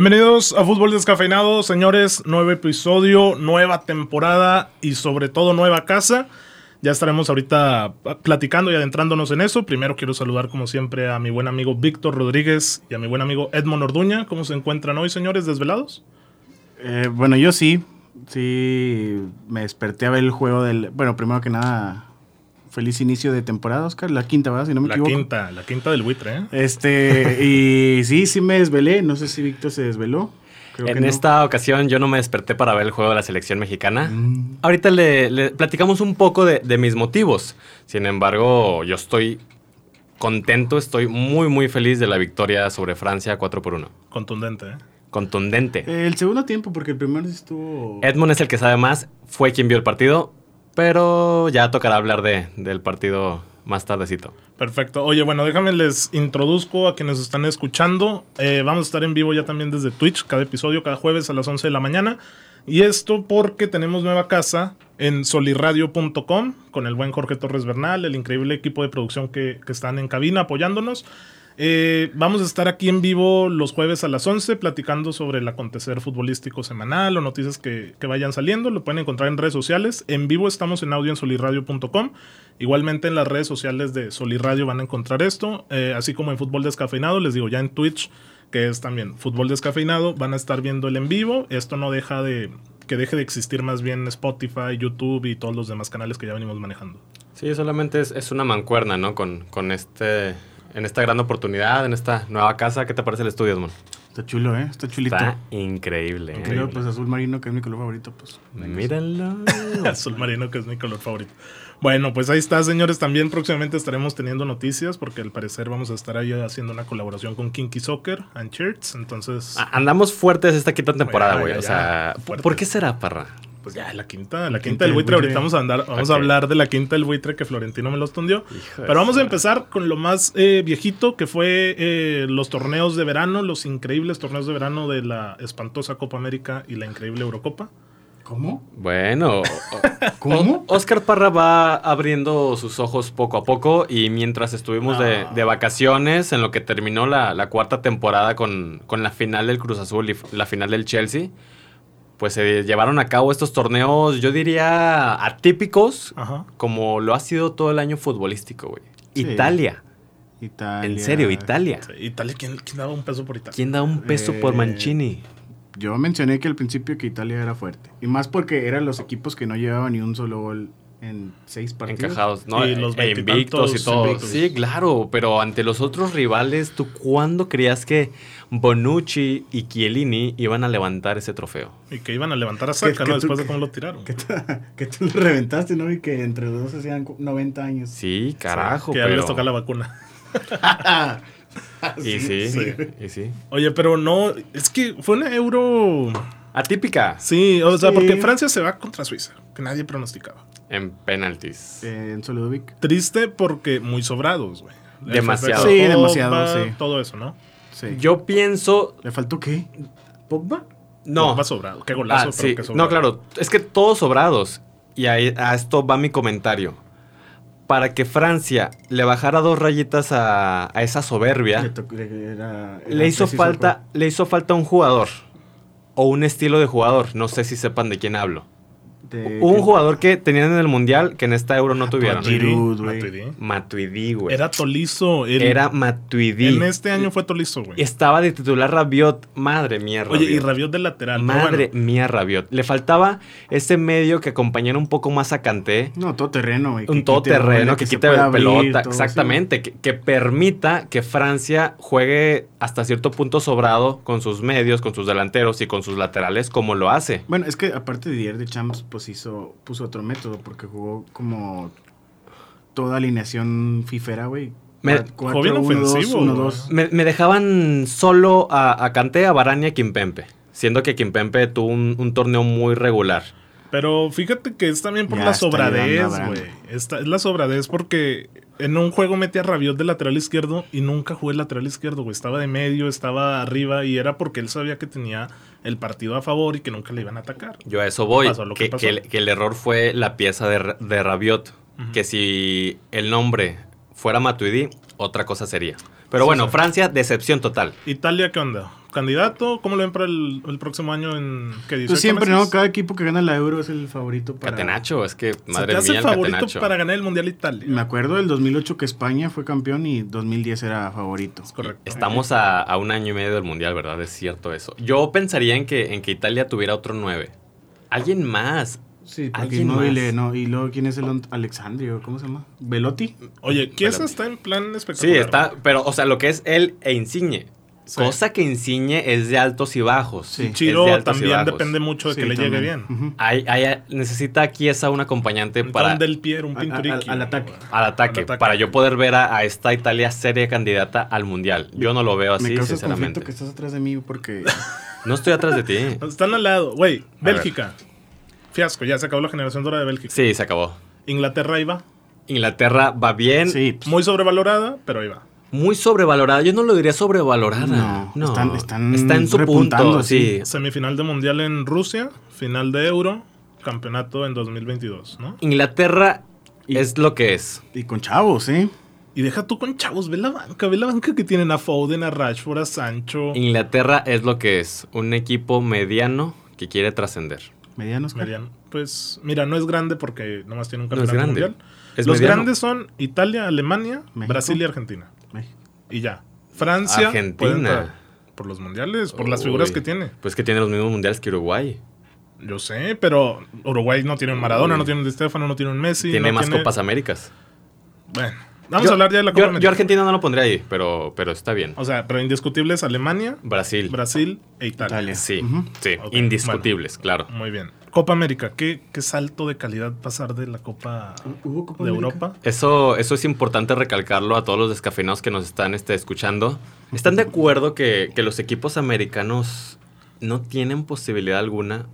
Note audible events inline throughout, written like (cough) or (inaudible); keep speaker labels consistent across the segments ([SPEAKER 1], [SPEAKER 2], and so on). [SPEAKER 1] Bienvenidos a Fútbol Descafeinado, señores. Nuevo episodio, nueva temporada y sobre todo nueva casa. Ya estaremos ahorita platicando y adentrándonos en eso. Primero quiero saludar como siempre a mi buen amigo Víctor Rodríguez y a mi buen amigo Edmond Orduña. ¿Cómo se encuentran hoy, señores, desvelados?
[SPEAKER 2] Eh, bueno, yo sí. Sí, me desperté a ver el juego del... Bueno, primero que nada, feliz inicio de temporada, Oscar. La quinta, ¿verdad? Si no me
[SPEAKER 1] la
[SPEAKER 2] equivoco.
[SPEAKER 1] quinta, la quinta del buitre, ¿eh?
[SPEAKER 2] Este, y sí, sí me desvelé. No sé si Víctor se desveló. Creo que
[SPEAKER 3] en
[SPEAKER 2] no.
[SPEAKER 3] esta ocasión yo no me desperté para ver el juego de la selección mexicana. Ahorita le, le platicamos un poco de, de mis motivos. Sin embargo, yo estoy contento, estoy muy, muy feliz de la victoria sobre Francia 4 por 1.
[SPEAKER 1] Contundente, ¿eh?
[SPEAKER 3] Contundente.
[SPEAKER 2] Eh, El segundo tiempo, porque el primero sí estuvo...
[SPEAKER 3] Edmond es el que sabe más, fue quien vio el partido, pero ya tocará hablar de, del partido más tardecito.
[SPEAKER 1] Perfecto. Oye, bueno, déjame les introduzco a quienes están escuchando. Eh, vamos a estar en vivo ya también desde Twitch, cada episodio, cada jueves a las 11 de la mañana. Y esto porque tenemos nueva casa en solirradio.com con el buen Jorge Torres Bernal, el increíble equipo de producción que, que están en cabina apoyándonos. Eh, vamos a estar aquí en vivo los jueves a las 11 platicando sobre el acontecer futbolístico semanal o noticias que, que vayan saliendo. Lo pueden encontrar en redes sociales. En vivo estamos en audio en solirradio.com. Igualmente en las redes sociales de Solirradio van a encontrar esto, eh, así como en Fútbol Descafeinado, les digo ya en Twitch, que es también Fútbol Descafeinado, van a estar viendo el en vivo. Esto no deja de que deje de existir más bien Spotify, YouTube y todos los demás canales que ya venimos manejando.
[SPEAKER 3] Sí, solamente es, es una mancuerna, ¿no? Con, con este, en esta gran oportunidad, en esta nueva casa. ¿Qué te parece el estudio, Edmond?
[SPEAKER 2] Está chulo, ¿eh? Está chulito.
[SPEAKER 3] Está increíble.
[SPEAKER 2] Y
[SPEAKER 3] ¿eh?
[SPEAKER 2] luego, pues, azul marino, que es mi color favorito, pues...
[SPEAKER 3] Míralo.
[SPEAKER 1] (laughs) Azul marino, que es mi color favorito. Bueno, pues ahí está, señores. También próximamente estaremos teniendo noticias porque al parecer vamos a estar ahí haciendo una colaboración con Kinky Soccer and Shirts. Entonces,
[SPEAKER 3] (laughs) A- Andamos fuertes esta quinta temporada,
[SPEAKER 1] Ya,
[SPEAKER 3] güey.
[SPEAKER 1] ya,
[SPEAKER 3] O
[SPEAKER 1] ya.
[SPEAKER 3] sea,
[SPEAKER 1] Fuertes.
[SPEAKER 3] ¿por qué será, Parra?
[SPEAKER 1] Pues ya, la quinta, la quinta,
[SPEAKER 2] quinta
[SPEAKER 1] del
[SPEAKER 2] del
[SPEAKER 1] buitre.
[SPEAKER 2] buitre.
[SPEAKER 1] Ahorita vamos a andar, vamos a
[SPEAKER 3] Ok.
[SPEAKER 1] hablar de la quinta del buitre que Florentino me los tundió.
[SPEAKER 3] Hijo de
[SPEAKER 1] Pero vamos a
[SPEAKER 3] su-
[SPEAKER 1] empezar con lo más eh, viejito que fue eh, los torneos de verano, los increíbles torneos de verano de la espantosa Copa América y la increíble Eurocopa.
[SPEAKER 2] ¿Cómo?
[SPEAKER 3] Bueno,
[SPEAKER 2] ¿Cómo?
[SPEAKER 3] Oscar Parra va abriendo sus ojos poco a poco y mientras estuvimos de,
[SPEAKER 1] No.
[SPEAKER 3] de vacaciones, en lo que terminó la, la cuarta temporada con, con la final del Cruz Azul y f- la final del Chelsea, pues se llevaron a cabo estos torneos, yo diría, atípicos,
[SPEAKER 1] Ajá.
[SPEAKER 3] como lo ha sido todo el año futbolístico, güey.
[SPEAKER 2] Sí.
[SPEAKER 3] Italia,
[SPEAKER 2] Italia.
[SPEAKER 3] en serio, Italia.
[SPEAKER 1] Sí, Italia, ¿quién, quién daba un peso por Italia?
[SPEAKER 3] ¿Quién da un peso por
[SPEAKER 2] Eh,
[SPEAKER 3] Mancini?
[SPEAKER 2] Yo mencioné que al principio que Italia era fuerte. Y más porque eran los equipos que no llevaban ni un solo gol en seis partidos.
[SPEAKER 3] Encajados, ¿no?
[SPEAKER 1] Y los
[SPEAKER 3] E invictos y
[SPEAKER 1] veintitantos
[SPEAKER 3] todo.
[SPEAKER 1] invictos.
[SPEAKER 3] Sí, claro, pero ante los otros rivales, ¿tú cuándo creías que Bonucci y Chiellini iban a levantar ese trofeo?
[SPEAKER 1] Y que iban a levantar a
[SPEAKER 2] Que-
[SPEAKER 1] Saca,
[SPEAKER 2] que
[SPEAKER 1] ¿no?
[SPEAKER 2] tú-
[SPEAKER 1] Después de cómo lo tiraron.
[SPEAKER 2] Que, tú- (laughs) que tú lo reventaste, ¿no? Y que entre los dos hacían cu- 90 años. (laughs)
[SPEAKER 3] Sí, carajo,
[SPEAKER 1] que ya
[SPEAKER 3] pero...
[SPEAKER 1] les toca la vacuna.
[SPEAKER 2] Ah,
[SPEAKER 3] Y sí,
[SPEAKER 1] sí.
[SPEAKER 3] y sí.
[SPEAKER 1] Oye, pero no, es que fue una euro.
[SPEAKER 3] Atípica
[SPEAKER 1] Sí, o sea,
[SPEAKER 2] Sí.
[SPEAKER 1] porque Francia se va contra Suiza, que nadie pronosticaba.
[SPEAKER 3] en penaltis.
[SPEAKER 2] Eh, en Soludovic.
[SPEAKER 1] Triste porque muy sobrados, güey. La
[SPEAKER 3] Demasiado.
[SPEAKER 1] FFP,
[SPEAKER 2] Sí,
[SPEAKER 1] Pogba,
[SPEAKER 2] demasiado, sí.
[SPEAKER 1] Todo eso, ¿no?
[SPEAKER 2] Sí.
[SPEAKER 3] Yo pienso...
[SPEAKER 2] ¿Le faltó qué? ¿Pogba?
[SPEAKER 3] No,
[SPEAKER 1] Pogba sobrado. Qué golazo,
[SPEAKER 3] Ah,
[SPEAKER 1] pero
[SPEAKER 3] sí.
[SPEAKER 1] qué sobrado.
[SPEAKER 3] No, claro, es que todos sobrados. Y ahí, a esto va mi comentario. Para que Francia le bajara dos rayitas a, a esa soberbia,
[SPEAKER 2] Le, tocó- le- era- era
[SPEAKER 3] le hizo
[SPEAKER 2] preciso
[SPEAKER 3] falta, le hizo falta un jugador o un estilo de jugador. No sé si sepan de quién
[SPEAKER 2] el
[SPEAKER 3] hablo.
[SPEAKER 2] gol
[SPEAKER 1] Eh,
[SPEAKER 2] de-
[SPEAKER 3] Un
[SPEAKER 2] que-
[SPEAKER 3] jugador que tenían en el mundial que en esta Euro no tuvieron.
[SPEAKER 2] Matuidi. Giroud, güey.
[SPEAKER 1] Ah, Matuidi.
[SPEAKER 3] Matuidi, güey. Era,
[SPEAKER 1] Era Tolizo. el-
[SPEAKER 3] Matuidi.
[SPEAKER 1] En este año fue Tolizo, güey.
[SPEAKER 3] Estaba de titular Rabiot. Madre mía, Rabiot.
[SPEAKER 1] Oye, y Rabiot del lateral. pero
[SPEAKER 3] Madre
[SPEAKER 1] bueno,
[SPEAKER 3] mía, Rabiot. Le faltaba ese medio que acompañara un poco más a Kanté.
[SPEAKER 2] No, todo terreno, güey.
[SPEAKER 3] un todoterreno que quite la pelota, exactamente, que, que permita que Francia juegue hasta cierto punto sobrado con sus medios, con sus delanteros y con sus laterales como lo hace.
[SPEAKER 2] Bueno, es que aparte de Dier de Champs, pues hizo, puso otro método, porque jugó como toda alineación fifera, güey.
[SPEAKER 3] Me-
[SPEAKER 1] jugó bien ofensivo,
[SPEAKER 2] 1-2.
[SPEAKER 3] Me, me dejaban solo a, a Kanté, a Varane y a Kimpempe, siendo que Kimpempe tuvo un, un torneo muy regular.
[SPEAKER 1] Pero fíjate que es también por
[SPEAKER 2] Ya
[SPEAKER 1] la
[SPEAKER 2] está
[SPEAKER 1] sobradez,
[SPEAKER 2] llegando a
[SPEAKER 1] güey.
[SPEAKER 2] Abraham.
[SPEAKER 1] Esta- Es la sobradez porque en un juego metí a Rabiot del lateral izquierdo y nunca jugué el lateral izquierdo, güey. Estaba de medio, estaba arriba y era porque él sabía que tenía el partido a favor y que nunca le iban a atacar.
[SPEAKER 3] Yo a eso voy,
[SPEAKER 1] Pasó lo que
[SPEAKER 3] que,
[SPEAKER 1] pasó.
[SPEAKER 3] que el- que el error fue la pieza de, Ra- de Rabiot, que si el nombre fuera Matuidi, otra cosa sería. Pero
[SPEAKER 1] Sí,
[SPEAKER 3] bueno,
[SPEAKER 1] sí.
[SPEAKER 3] Francia, decepción total.
[SPEAKER 1] Italia, ¿qué onda? candidato? ¿Cómo lo ven para el, el próximo año en qué dice?
[SPEAKER 2] Pues siempre, ¿no? Cada equipo que gana la Euro es el favorito para...
[SPEAKER 3] Catenacho, es que
[SPEAKER 1] Se
[SPEAKER 3] madre
[SPEAKER 1] te hace
[SPEAKER 3] mía, el
[SPEAKER 1] favorito
[SPEAKER 3] Catenacho.
[SPEAKER 1] para ganar el Mundial Italia.
[SPEAKER 2] Me acuerdo del 2008 que España fue campeón y 2010 era favorito.
[SPEAKER 1] Es correcto.
[SPEAKER 3] Estamos a, a un año y medio del mundial, ¿verdad? Es cierto eso. Yo pensaría en que, en que Italia tuviera otro 9. Alguien más.
[SPEAKER 2] Sí, porque
[SPEAKER 3] ¿Alguien
[SPEAKER 2] Immobile,
[SPEAKER 3] más?
[SPEAKER 2] no. Y luego, ¿quién es el ont- Alexandrio? ¿Cómo se llama? ¿Velotti?
[SPEAKER 1] Oye, Kiesa
[SPEAKER 3] Espérate.
[SPEAKER 1] está en plan
[SPEAKER 3] Sí,
[SPEAKER 1] espectacular.
[SPEAKER 3] está, pero, o sea, lo que es él e Insigne.
[SPEAKER 1] Sí.
[SPEAKER 3] Cosa que Insigne es de altos y bajos.
[SPEAKER 2] Sí.
[SPEAKER 3] Es de
[SPEAKER 1] Chiro
[SPEAKER 3] altos y
[SPEAKER 1] también
[SPEAKER 3] bajos.
[SPEAKER 1] depende mucho de
[SPEAKER 2] Sí,
[SPEAKER 1] que le llegue
[SPEAKER 2] también.
[SPEAKER 1] bien.
[SPEAKER 2] Ujú.
[SPEAKER 3] Hay- hay- necesita aquí esa un acompañante
[SPEAKER 1] Para,
[SPEAKER 3] para,
[SPEAKER 1] un Del Piero, un
[SPEAKER 2] Al- al-
[SPEAKER 1] Pinturicchio.
[SPEAKER 2] al ataque.
[SPEAKER 3] al, ataque,
[SPEAKER 1] al ataque.
[SPEAKER 3] para yo poder ver a, a esta Italia seria candidata al mundial. Yo no lo veo
[SPEAKER 2] Me
[SPEAKER 3] así,
[SPEAKER 2] causas conflicto
[SPEAKER 3] sinceramente.
[SPEAKER 2] que estás atrás de mí porque...
[SPEAKER 3] No estoy atrás
[SPEAKER 1] (laughs)
[SPEAKER 3] de ti.
[SPEAKER 1] Están al lado. Güey, Bélgica. Fiasco, ya se acabó la generación dorada de Bélgica.
[SPEAKER 3] Sí, se acabó.
[SPEAKER 1] Inglaterra iba.
[SPEAKER 3] Inglaterra va bien,
[SPEAKER 2] sí, pues,
[SPEAKER 1] Muy sobrevalorada, pero iba.
[SPEAKER 3] muy sobrevalorada. Yo no lo diría sobrevalorada.
[SPEAKER 2] No,
[SPEAKER 3] No,
[SPEAKER 2] están- están
[SPEAKER 3] está en su
[SPEAKER 2] repuntando,
[SPEAKER 3] punto. Sí.
[SPEAKER 1] Semifinal de Mundial en Rusia, final de Euro, campeonato en 2022, ¿no?
[SPEAKER 3] Inglaterra es lo que es.
[SPEAKER 2] y con chavos, ¿eh?
[SPEAKER 1] Y deja tú con chavos, ve la banca, ve la banca que tienen a Foden, a Rashford, a Sancho.
[SPEAKER 3] Inglaterra es lo que es. Un equipo mediano que quiere trascender.
[SPEAKER 2] Medianos. Oscar.
[SPEAKER 1] Mediano. Pues mira, no es grande porque nomás tiene un
[SPEAKER 3] No es
[SPEAKER 1] campeonato
[SPEAKER 3] grande.
[SPEAKER 1] mundial.
[SPEAKER 3] Es
[SPEAKER 1] Los
[SPEAKER 3] mediano.
[SPEAKER 1] grandes son Italia, Alemania,
[SPEAKER 2] México.
[SPEAKER 1] Brasil y Argentina.
[SPEAKER 2] México.
[SPEAKER 1] Y ya. Francia.
[SPEAKER 3] Argentina.
[SPEAKER 1] puede entrar. Por los mundiales, por las
[SPEAKER 3] Uy.
[SPEAKER 1] figuras que tiene.
[SPEAKER 3] Pues que tiene los mismos mundiales que Uruguay.
[SPEAKER 1] Yo sé, pero Uruguay no tiene un Maradona,
[SPEAKER 3] Uy.
[SPEAKER 1] no tiene un Di Stefano, no tiene un Messi.
[SPEAKER 3] tiene
[SPEAKER 1] no
[SPEAKER 3] más Copas Américas.
[SPEAKER 1] Bueno, vamos
[SPEAKER 3] Yo-
[SPEAKER 1] a hablar ya de la
[SPEAKER 3] yo-
[SPEAKER 1] Copa
[SPEAKER 3] Yo,
[SPEAKER 1] América.
[SPEAKER 3] Argentina no lo pondría ahí, pero, pero está bien.
[SPEAKER 1] O sea, pero indiscutibles Alemania,
[SPEAKER 3] Brasil.
[SPEAKER 1] Brasil e Italia.
[SPEAKER 2] Italia.
[SPEAKER 3] Sí,
[SPEAKER 2] Ujú.
[SPEAKER 3] sí.
[SPEAKER 1] Ok,
[SPEAKER 3] Indiscutibles, claro.
[SPEAKER 1] Muy bien. Copa América, ¿qué, qué salto de calidad pasar de la Copa
[SPEAKER 2] ¿Hubo Copa
[SPEAKER 1] de
[SPEAKER 2] América?
[SPEAKER 1] Europa?
[SPEAKER 3] Eso, eso es importante recalcarlo a todos los descafeinados que nos están este, escuchando. ¿Están de acuerdo que, que los equipos americanos no tienen posibilidad alguna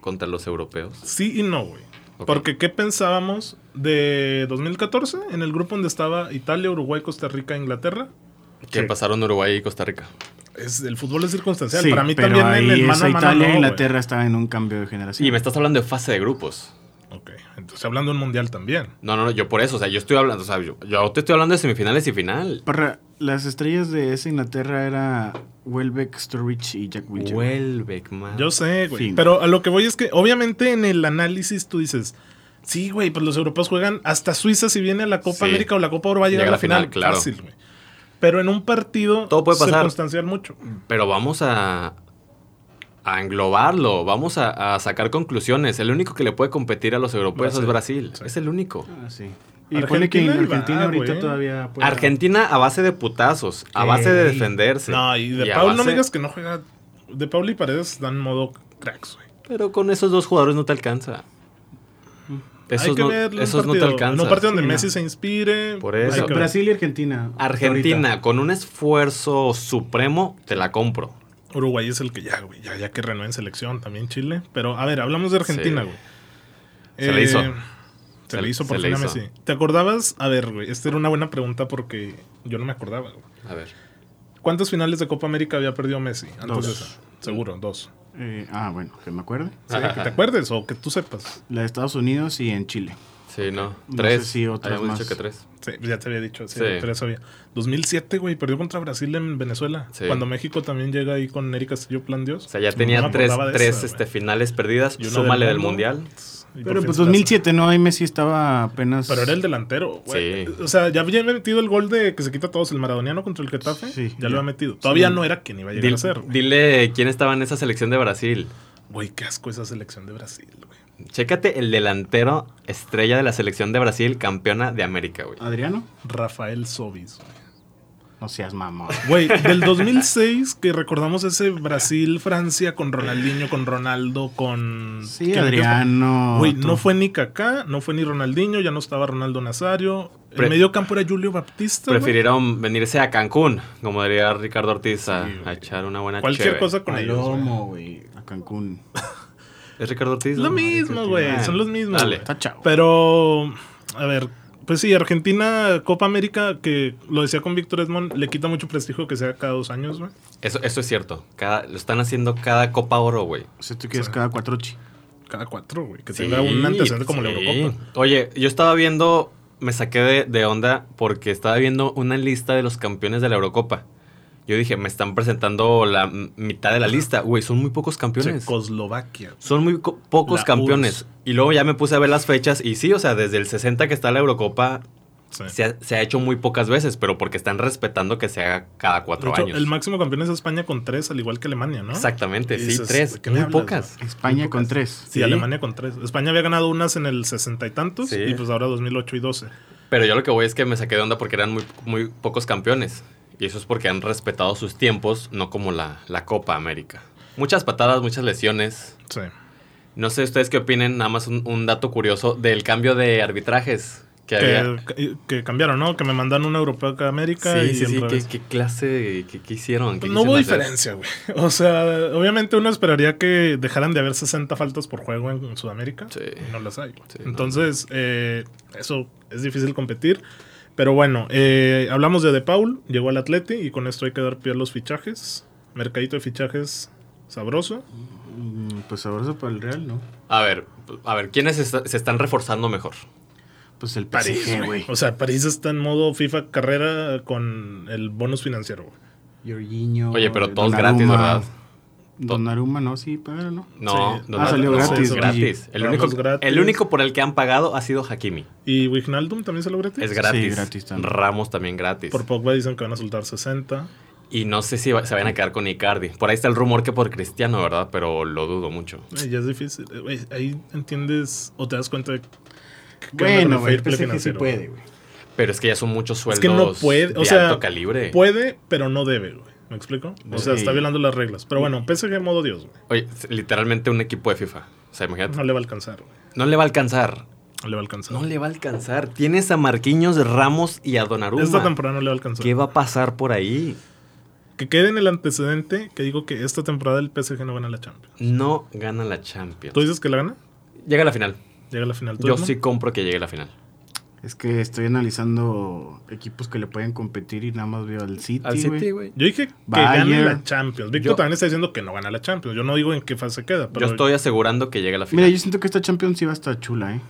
[SPEAKER 3] contra los europeos?
[SPEAKER 1] Sí y no, güey.
[SPEAKER 3] Ok.
[SPEAKER 1] Porque ¿qué pensábamos de 2014 en el grupo donde estaba Italia, Uruguay, Costa Rica, Inglaterra?
[SPEAKER 3] Que
[SPEAKER 2] Sí.
[SPEAKER 3] pasaron Uruguay y Costa Rica.
[SPEAKER 1] Es, el fútbol es circunstancial.
[SPEAKER 2] Sí,
[SPEAKER 1] Para mí
[SPEAKER 2] pero
[SPEAKER 1] también en
[SPEAKER 2] ahí
[SPEAKER 1] el mano
[SPEAKER 2] esa
[SPEAKER 1] a mano.
[SPEAKER 2] Italia e
[SPEAKER 1] no,
[SPEAKER 2] Inglaterra estaban en un cambio de generación.
[SPEAKER 3] Y me estás hablando de fase de grupos.
[SPEAKER 1] güey. Ok, entonces hablando de un mundial también.
[SPEAKER 3] No, no, no, yo por eso, o sea, yo estoy hablando, o sea, yo, yo te estoy hablando de semifinales y final.
[SPEAKER 2] Parra, las estrellas de esa Inglaterra era Welbeck, Sturridge y Jack Wilshere.
[SPEAKER 3] Welbeck, man.
[SPEAKER 1] Yo sé, güey.
[SPEAKER 2] Fin.
[SPEAKER 1] Pero a lo que voy es que, obviamente, en el análisis tú dices, sí, güey, pues los europeos juegan hasta Suiza si viene a la Copa
[SPEAKER 3] Sí.
[SPEAKER 1] América o la Copa Oro va a llegar a la final.
[SPEAKER 3] claro.
[SPEAKER 1] Fácil, güey. Pero en un partido
[SPEAKER 3] Todo puede pasar.
[SPEAKER 1] circunstancial mucho.
[SPEAKER 3] Pero vamos a, a englobarlo, vamos a, a sacar conclusiones. El único que le puede competir a los europeos es Brasil.
[SPEAKER 1] Sí.
[SPEAKER 3] Es el único.
[SPEAKER 2] Ah, sí. Y pone que en
[SPEAKER 1] Argentina iba,
[SPEAKER 2] Argentina ahorita
[SPEAKER 1] güey.
[SPEAKER 2] todavía
[SPEAKER 3] Pues,
[SPEAKER 2] puede-
[SPEAKER 3] Argentina a base de putazos, a base de
[SPEAKER 2] Ey.
[SPEAKER 3] defenderse.
[SPEAKER 1] No, y de
[SPEAKER 3] a
[SPEAKER 1] Paul no
[SPEAKER 3] base-
[SPEAKER 1] me digas que no juega. De Paul y Paredes dan modo cracks, güey.
[SPEAKER 3] Pero con esos dos jugadores no te alcanza.
[SPEAKER 1] hay
[SPEAKER 3] Esos,
[SPEAKER 1] que
[SPEAKER 3] no,
[SPEAKER 1] verlo en
[SPEAKER 3] esos no te
[SPEAKER 1] partido. En
[SPEAKER 3] alcanza.
[SPEAKER 1] un partido donde
[SPEAKER 2] Sí,
[SPEAKER 1] Messi
[SPEAKER 2] no.
[SPEAKER 1] se inspire.
[SPEAKER 3] Por
[SPEAKER 1] hay
[SPEAKER 3] eso.
[SPEAKER 1] que ver.
[SPEAKER 2] Brasil y Argentina.
[SPEAKER 3] Argentina,
[SPEAKER 2] ahorita.
[SPEAKER 3] con un esfuerzo supremo, te la compro.
[SPEAKER 1] Uruguay es el que ya, güey. Ya, ya que renueve en selección, también Chile. Pero, a ver, hablamos de Argentina,
[SPEAKER 3] Sí.
[SPEAKER 1] güey. Eh,
[SPEAKER 3] Se le hizo.
[SPEAKER 1] Se
[SPEAKER 3] Se-
[SPEAKER 1] le hizo por
[SPEAKER 3] se
[SPEAKER 1] fin
[SPEAKER 3] le
[SPEAKER 1] a
[SPEAKER 3] hizo.
[SPEAKER 1] Messi. ¿Te acordabas? A ver, güey. Esta era una buena pregunta porque yo no me acordaba, güey.
[SPEAKER 3] A ver.
[SPEAKER 1] ¿Cuántas finales de Copa América había perdido Messi antes
[SPEAKER 2] Dos.
[SPEAKER 1] de esa? Seguro, dos.
[SPEAKER 2] Eh, ah, bueno, que me acuerde.
[SPEAKER 1] Sí, que te acuerdes o que tú sepas.
[SPEAKER 2] La de Estados Unidos y en Chile.
[SPEAKER 3] Sí, no.
[SPEAKER 2] No
[SPEAKER 3] Tres.
[SPEAKER 2] sé si otras
[SPEAKER 3] Habíamos
[SPEAKER 2] más.
[SPEAKER 3] dicho que tres.
[SPEAKER 1] Sí, pues ya te había dicho. Sí,
[SPEAKER 3] Sí.
[SPEAKER 1] pero eso había. 2007, güey. Perdió contra Brasil en Venezuela.
[SPEAKER 3] Sí.
[SPEAKER 1] Cuando México también llega ahí con Erika Castillo Plan Dios.
[SPEAKER 3] O sea, ya tenía
[SPEAKER 1] No me
[SPEAKER 3] tres,
[SPEAKER 1] acordaba de
[SPEAKER 3] tres
[SPEAKER 1] esa,
[SPEAKER 3] este,
[SPEAKER 1] güey.
[SPEAKER 3] finales perdidas.
[SPEAKER 1] Y una
[SPEAKER 3] Súmale
[SPEAKER 1] del
[SPEAKER 3] del
[SPEAKER 1] mundo.
[SPEAKER 3] mundial.
[SPEAKER 1] Y por
[SPEAKER 2] Pero
[SPEAKER 1] fin
[SPEAKER 2] pues
[SPEAKER 1] se la
[SPEAKER 2] 2007, ¿no? Ahí Messi estaba apenas...
[SPEAKER 1] Pero era el delantero, güey.
[SPEAKER 3] Sí.
[SPEAKER 1] O sea, ya había metido el gol de que se quita a todos el maradoniano contra el Getafe.
[SPEAKER 2] Sí,
[SPEAKER 1] ya, lo
[SPEAKER 2] ya.
[SPEAKER 1] había metido. Todavía no era quien iba a llegar
[SPEAKER 3] Dil-
[SPEAKER 1] a ser. güey.
[SPEAKER 3] dile quién estaba en esa selección de Brasil.
[SPEAKER 1] Güey, qué asco esa selección de Brasil, güey.
[SPEAKER 3] Chécate el delantero estrella de la selección de Brasil, campeona de América, güey.
[SPEAKER 2] ¿Adriano?
[SPEAKER 1] Rafael Sobis, güey.
[SPEAKER 2] No
[SPEAKER 1] (laughs)
[SPEAKER 2] seas mamón.
[SPEAKER 1] Güey, del 2006 que recordamos ese Brasil-Francia con Ronaldinho, con Ronaldo, con...
[SPEAKER 2] Sí,
[SPEAKER 1] ¿quién era que estaba?
[SPEAKER 2] Adriano.
[SPEAKER 1] Güey,
[SPEAKER 2] tú.
[SPEAKER 1] no fue ni Kaká, no fue ni Ronaldinho, ya no estaba Ronaldo Nazario.
[SPEAKER 3] Pre-
[SPEAKER 1] el medio campo era Julio Baptista. güey.
[SPEAKER 3] Prefirieron venirse a Cancún, como diría Ricardo Ortiz, a,
[SPEAKER 1] Sí, güey.
[SPEAKER 3] a echar una buena
[SPEAKER 1] Cualquier
[SPEAKER 3] cheve.
[SPEAKER 1] cosa con ellos. güey.
[SPEAKER 2] Palomo, güey. A Cancún.
[SPEAKER 3] ¿Es Ricardo Ortiz?
[SPEAKER 1] Es lo
[SPEAKER 3] No,
[SPEAKER 1] mismo,
[SPEAKER 3] Ricardo
[SPEAKER 1] güey.
[SPEAKER 3] Ortiz.
[SPEAKER 1] Son los mismos.
[SPEAKER 3] Dale.
[SPEAKER 1] güey.
[SPEAKER 2] Está chavo.
[SPEAKER 1] Pero, a ver, pues sí, Argentina, Copa América, que lo decía con Víctor Edmond, le quita mucho prestigio que sea cada dos años, güey.
[SPEAKER 3] Eso, eso es cierto. Cada, lo están haciendo cada Copa Oro, güey.
[SPEAKER 2] O sea, tú quieres cada cuatro chi.
[SPEAKER 1] Cada cuatro, güey. Que
[SPEAKER 3] Sí,
[SPEAKER 1] tenga un antecedente como la
[SPEAKER 3] sí.
[SPEAKER 1] Eurocopa.
[SPEAKER 3] Oye, yo estaba viendo, me saqué de, de onda porque estaba viendo una lista de los campeones de la Eurocopa. Yo dije, me están presentando la m- mitad de la lista. Güey, son muy pocos campeones.
[SPEAKER 1] Checoslovaquia.
[SPEAKER 3] Son muy co- pocos
[SPEAKER 1] La
[SPEAKER 3] campeones.
[SPEAKER 1] URSS.
[SPEAKER 3] Y luego ya me puse a ver las fechas y sí, o sea, desde el 60 que está la Eurocopa
[SPEAKER 1] Sí.
[SPEAKER 3] se ha, se ha hecho muy pocas veces, pero porque están respetando que se haga cada
[SPEAKER 1] De
[SPEAKER 3] cuatro
[SPEAKER 1] hecho,
[SPEAKER 3] años.
[SPEAKER 1] el máximo campeón es España con tres, al igual que Alemania, ¿no?
[SPEAKER 3] Exactamente,
[SPEAKER 1] Y
[SPEAKER 3] sí,
[SPEAKER 1] dices,
[SPEAKER 3] tres,
[SPEAKER 1] ¿de qué me
[SPEAKER 3] muy
[SPEAKER 1] hablas,
[SPEAKER 3] pocas.
[SPEAKER 2] España con tres.
[SPEAKER 1] Sí,
[SPEAKER 3] Sí.
[SPEAKER 1] Alemania con tres. España había ganado unas en el sesenta y tantos
[SPEAKER 3] Sí.
[SPEAKER 1] y pues ahora 2008 y 12.
[SPEAKER 3] Pero yo lo que voy es que me saqué de onda porque eran muy, muy pocos campeones. Y eso es porque han respetado sus tiempos, no como la, la Copa América. Muchas patadas, muchas lesiones.
[SPEAKER 1] Sí.
[SPEAKER 3] No sé ustedes qué opinen, nada más un, un dato curioso del cambio de arbitrajes que había.
[SPEAKER 1] Que, que- que cambiaron, ¿no? Que me mandan una europea a América
[SPEAKER 3] Sí,
[SPEAKER 1] y
[SPEAKER 3] sí, sí,
[SPEAKER 1] siempre
[SPEAKER 3] qué,
[SPEAKER 1] ves.
[SPEAKER 3] qué clase, qué, qué hicieron. qué
[SPEAKER 1] Pues no hubo
[SPEAKER 3] quisieron hacer.
[SPEAKER 1] diferencia, güey. (laughs) O sea, obviamente uno esperaría que dejaran de haber 60 faltas por juego en, en Sudamérica.
[SPEAKER 3] Sí.
[SPEAKER 1] Y no las hay. güey.
[SPEAKER 3] Sí, no.
[SPEAKER 1] Entonces, eh, eso es difícil competir. Pero bueno, eh, hablamos de De Paul, llegó al Atleti y con esto hay que dar pie a los fichajes. Mercadito de fichajes sabroso.
[SPEAKER 2] Mm, Pues sabroso para el Real, ¿no?
[SPEAKER 3] A ver, a ver, ¿quiénes está- se están reforzando mejor?
[SPEAKER 2] Pues el
[SPEAKER 1] París,
[SPEAKER 2] PSG, güey.
[SPEAKER 1] O sea, París está en modo FIFA carrera con el bonus financiero. güey.
[SPEAKER 2] Jorginho.
[SPEAKER 3] Oye, pero todos gratis,
[SPEAKER 2] Donnarumma.
[SPEAKER 3] ¿verdad?
[SPEAKER 2] Donnarumma, no, sí, pagaron, ¿no?
[SPEAKER 3] No,
[SPEAKER 1] Sí.
[SPEAKER 3] no,
[SPEAKER 2] Ah,
[SPEAKER 3] no,
[SPEAKER 2] salió
[SPEAKER 3] no,
[SPEAKER 2] gratis,
[SPEAKER 3] es gratis. El
[SPEAKER 1] Ramos
[SPEAKER 3] único,
[SPEAKER 1] gratis.
[SPEAKER 3] el único por el que han pagado ha sido Hakimi.
[SPEAKER 1] ¿Y Wijnaldum también se lo gratis?
[SPEAKER 3] Es gratis.
[SPEAKER 2] gratis también.
[SPEAKER 3] Ramos también gratis.
[SPEAKER 1] Por Pogba dicen que van a soltar 60.
[SPEAKER 3] Y no sé si va- se van a quedar con Icardi. Por ahí está el rumor que por Cristiano, ¿verdad? Pero lo dudo mucho.
[SPEAKER 1] Ay, ya es difícil. Eh, güey, ahí entiendes o te das cuenta de que
[SPEAKER 2] Bueno, güey, el
[SPEAKER 1] fair play
[SPEAKER 2] PSG sí
[SPEAKER 1] financiero.
[SPEAKER 2] puede, güey.
[SPEAKER 3] Pero es que ya son muchos
[SPEAKER 1] Es
[SPEAKER 3] sueldos
[SPEAKER 1] que no puede,
[SPEAKER 3] de
[SPEAKER 1] o sea,
[SPEAKER 3] alto calibre.
[SPEAKER 1] puede, pero no debe, güey. ¿Me explico? O sea,
[SPEAKER 2] Sí.
[SPEAKER 1] está violando las reglas. Pero bueno, PSG modo Dios, güey.
[SPEAKER 3] Oye, es literalmente un equipo de FIFA. O sea, imagínate.
[SPEAKER 1] No le va a alcanzar, güey.
[SPEAKER 3] No le va a alcanzar.
[SPEAKER 1] No le va a alcanzar.
[SPEAKER 3] No le va a alcanzar. Tienes a Marquinhos, Ramos y a
[SPEAKER 1] Esta
[SPEAKER 3] Donnarumma.
[SPEAKER 1] temporada no le va a alcanzar.
[SPEAKER 3] ¿Qué va a pasar por ahí?
[SPEAKER 1] Que quede en el antecedente que digo que esta temporada el PSG no gana la Champions.
[SPEAKER 3] No gana la Champions.
[SPEAKER 1] ¿Tú dices que la gana?
[SPEAKER 3] Llega a la final.
[SPEAKER 1] Llega a la final. ¿Tú
[SPEAKER 3] Yo
[SPEAKER 1] no?
[SPEAKER 3] sí compro que llegue a la final.
[SPEAKER 2] Es que estoy analizando equipos que le pueden competir y nada más veo al City,
[SPEAKER 3] Al City,
[SPEAKER 2] güey.
[SPEAKER 3] güey.
[SPEAKER 1] Yo dije que
[SPEAKER 2] Bayern.
[SPEAKER 1] gane la Champions. Víctor
[SPEAKER 3] Yo-
[SPEAKER 1] también está diciendo que no gana la Champions. Yo no digo en qué fase queda, pero
[SPEAKER 3] Yo estoy asegurando que llegue a la final.
[SPEAKER 2] Mira, yo siento que esta Champions sí va a estar chula, ¿eh?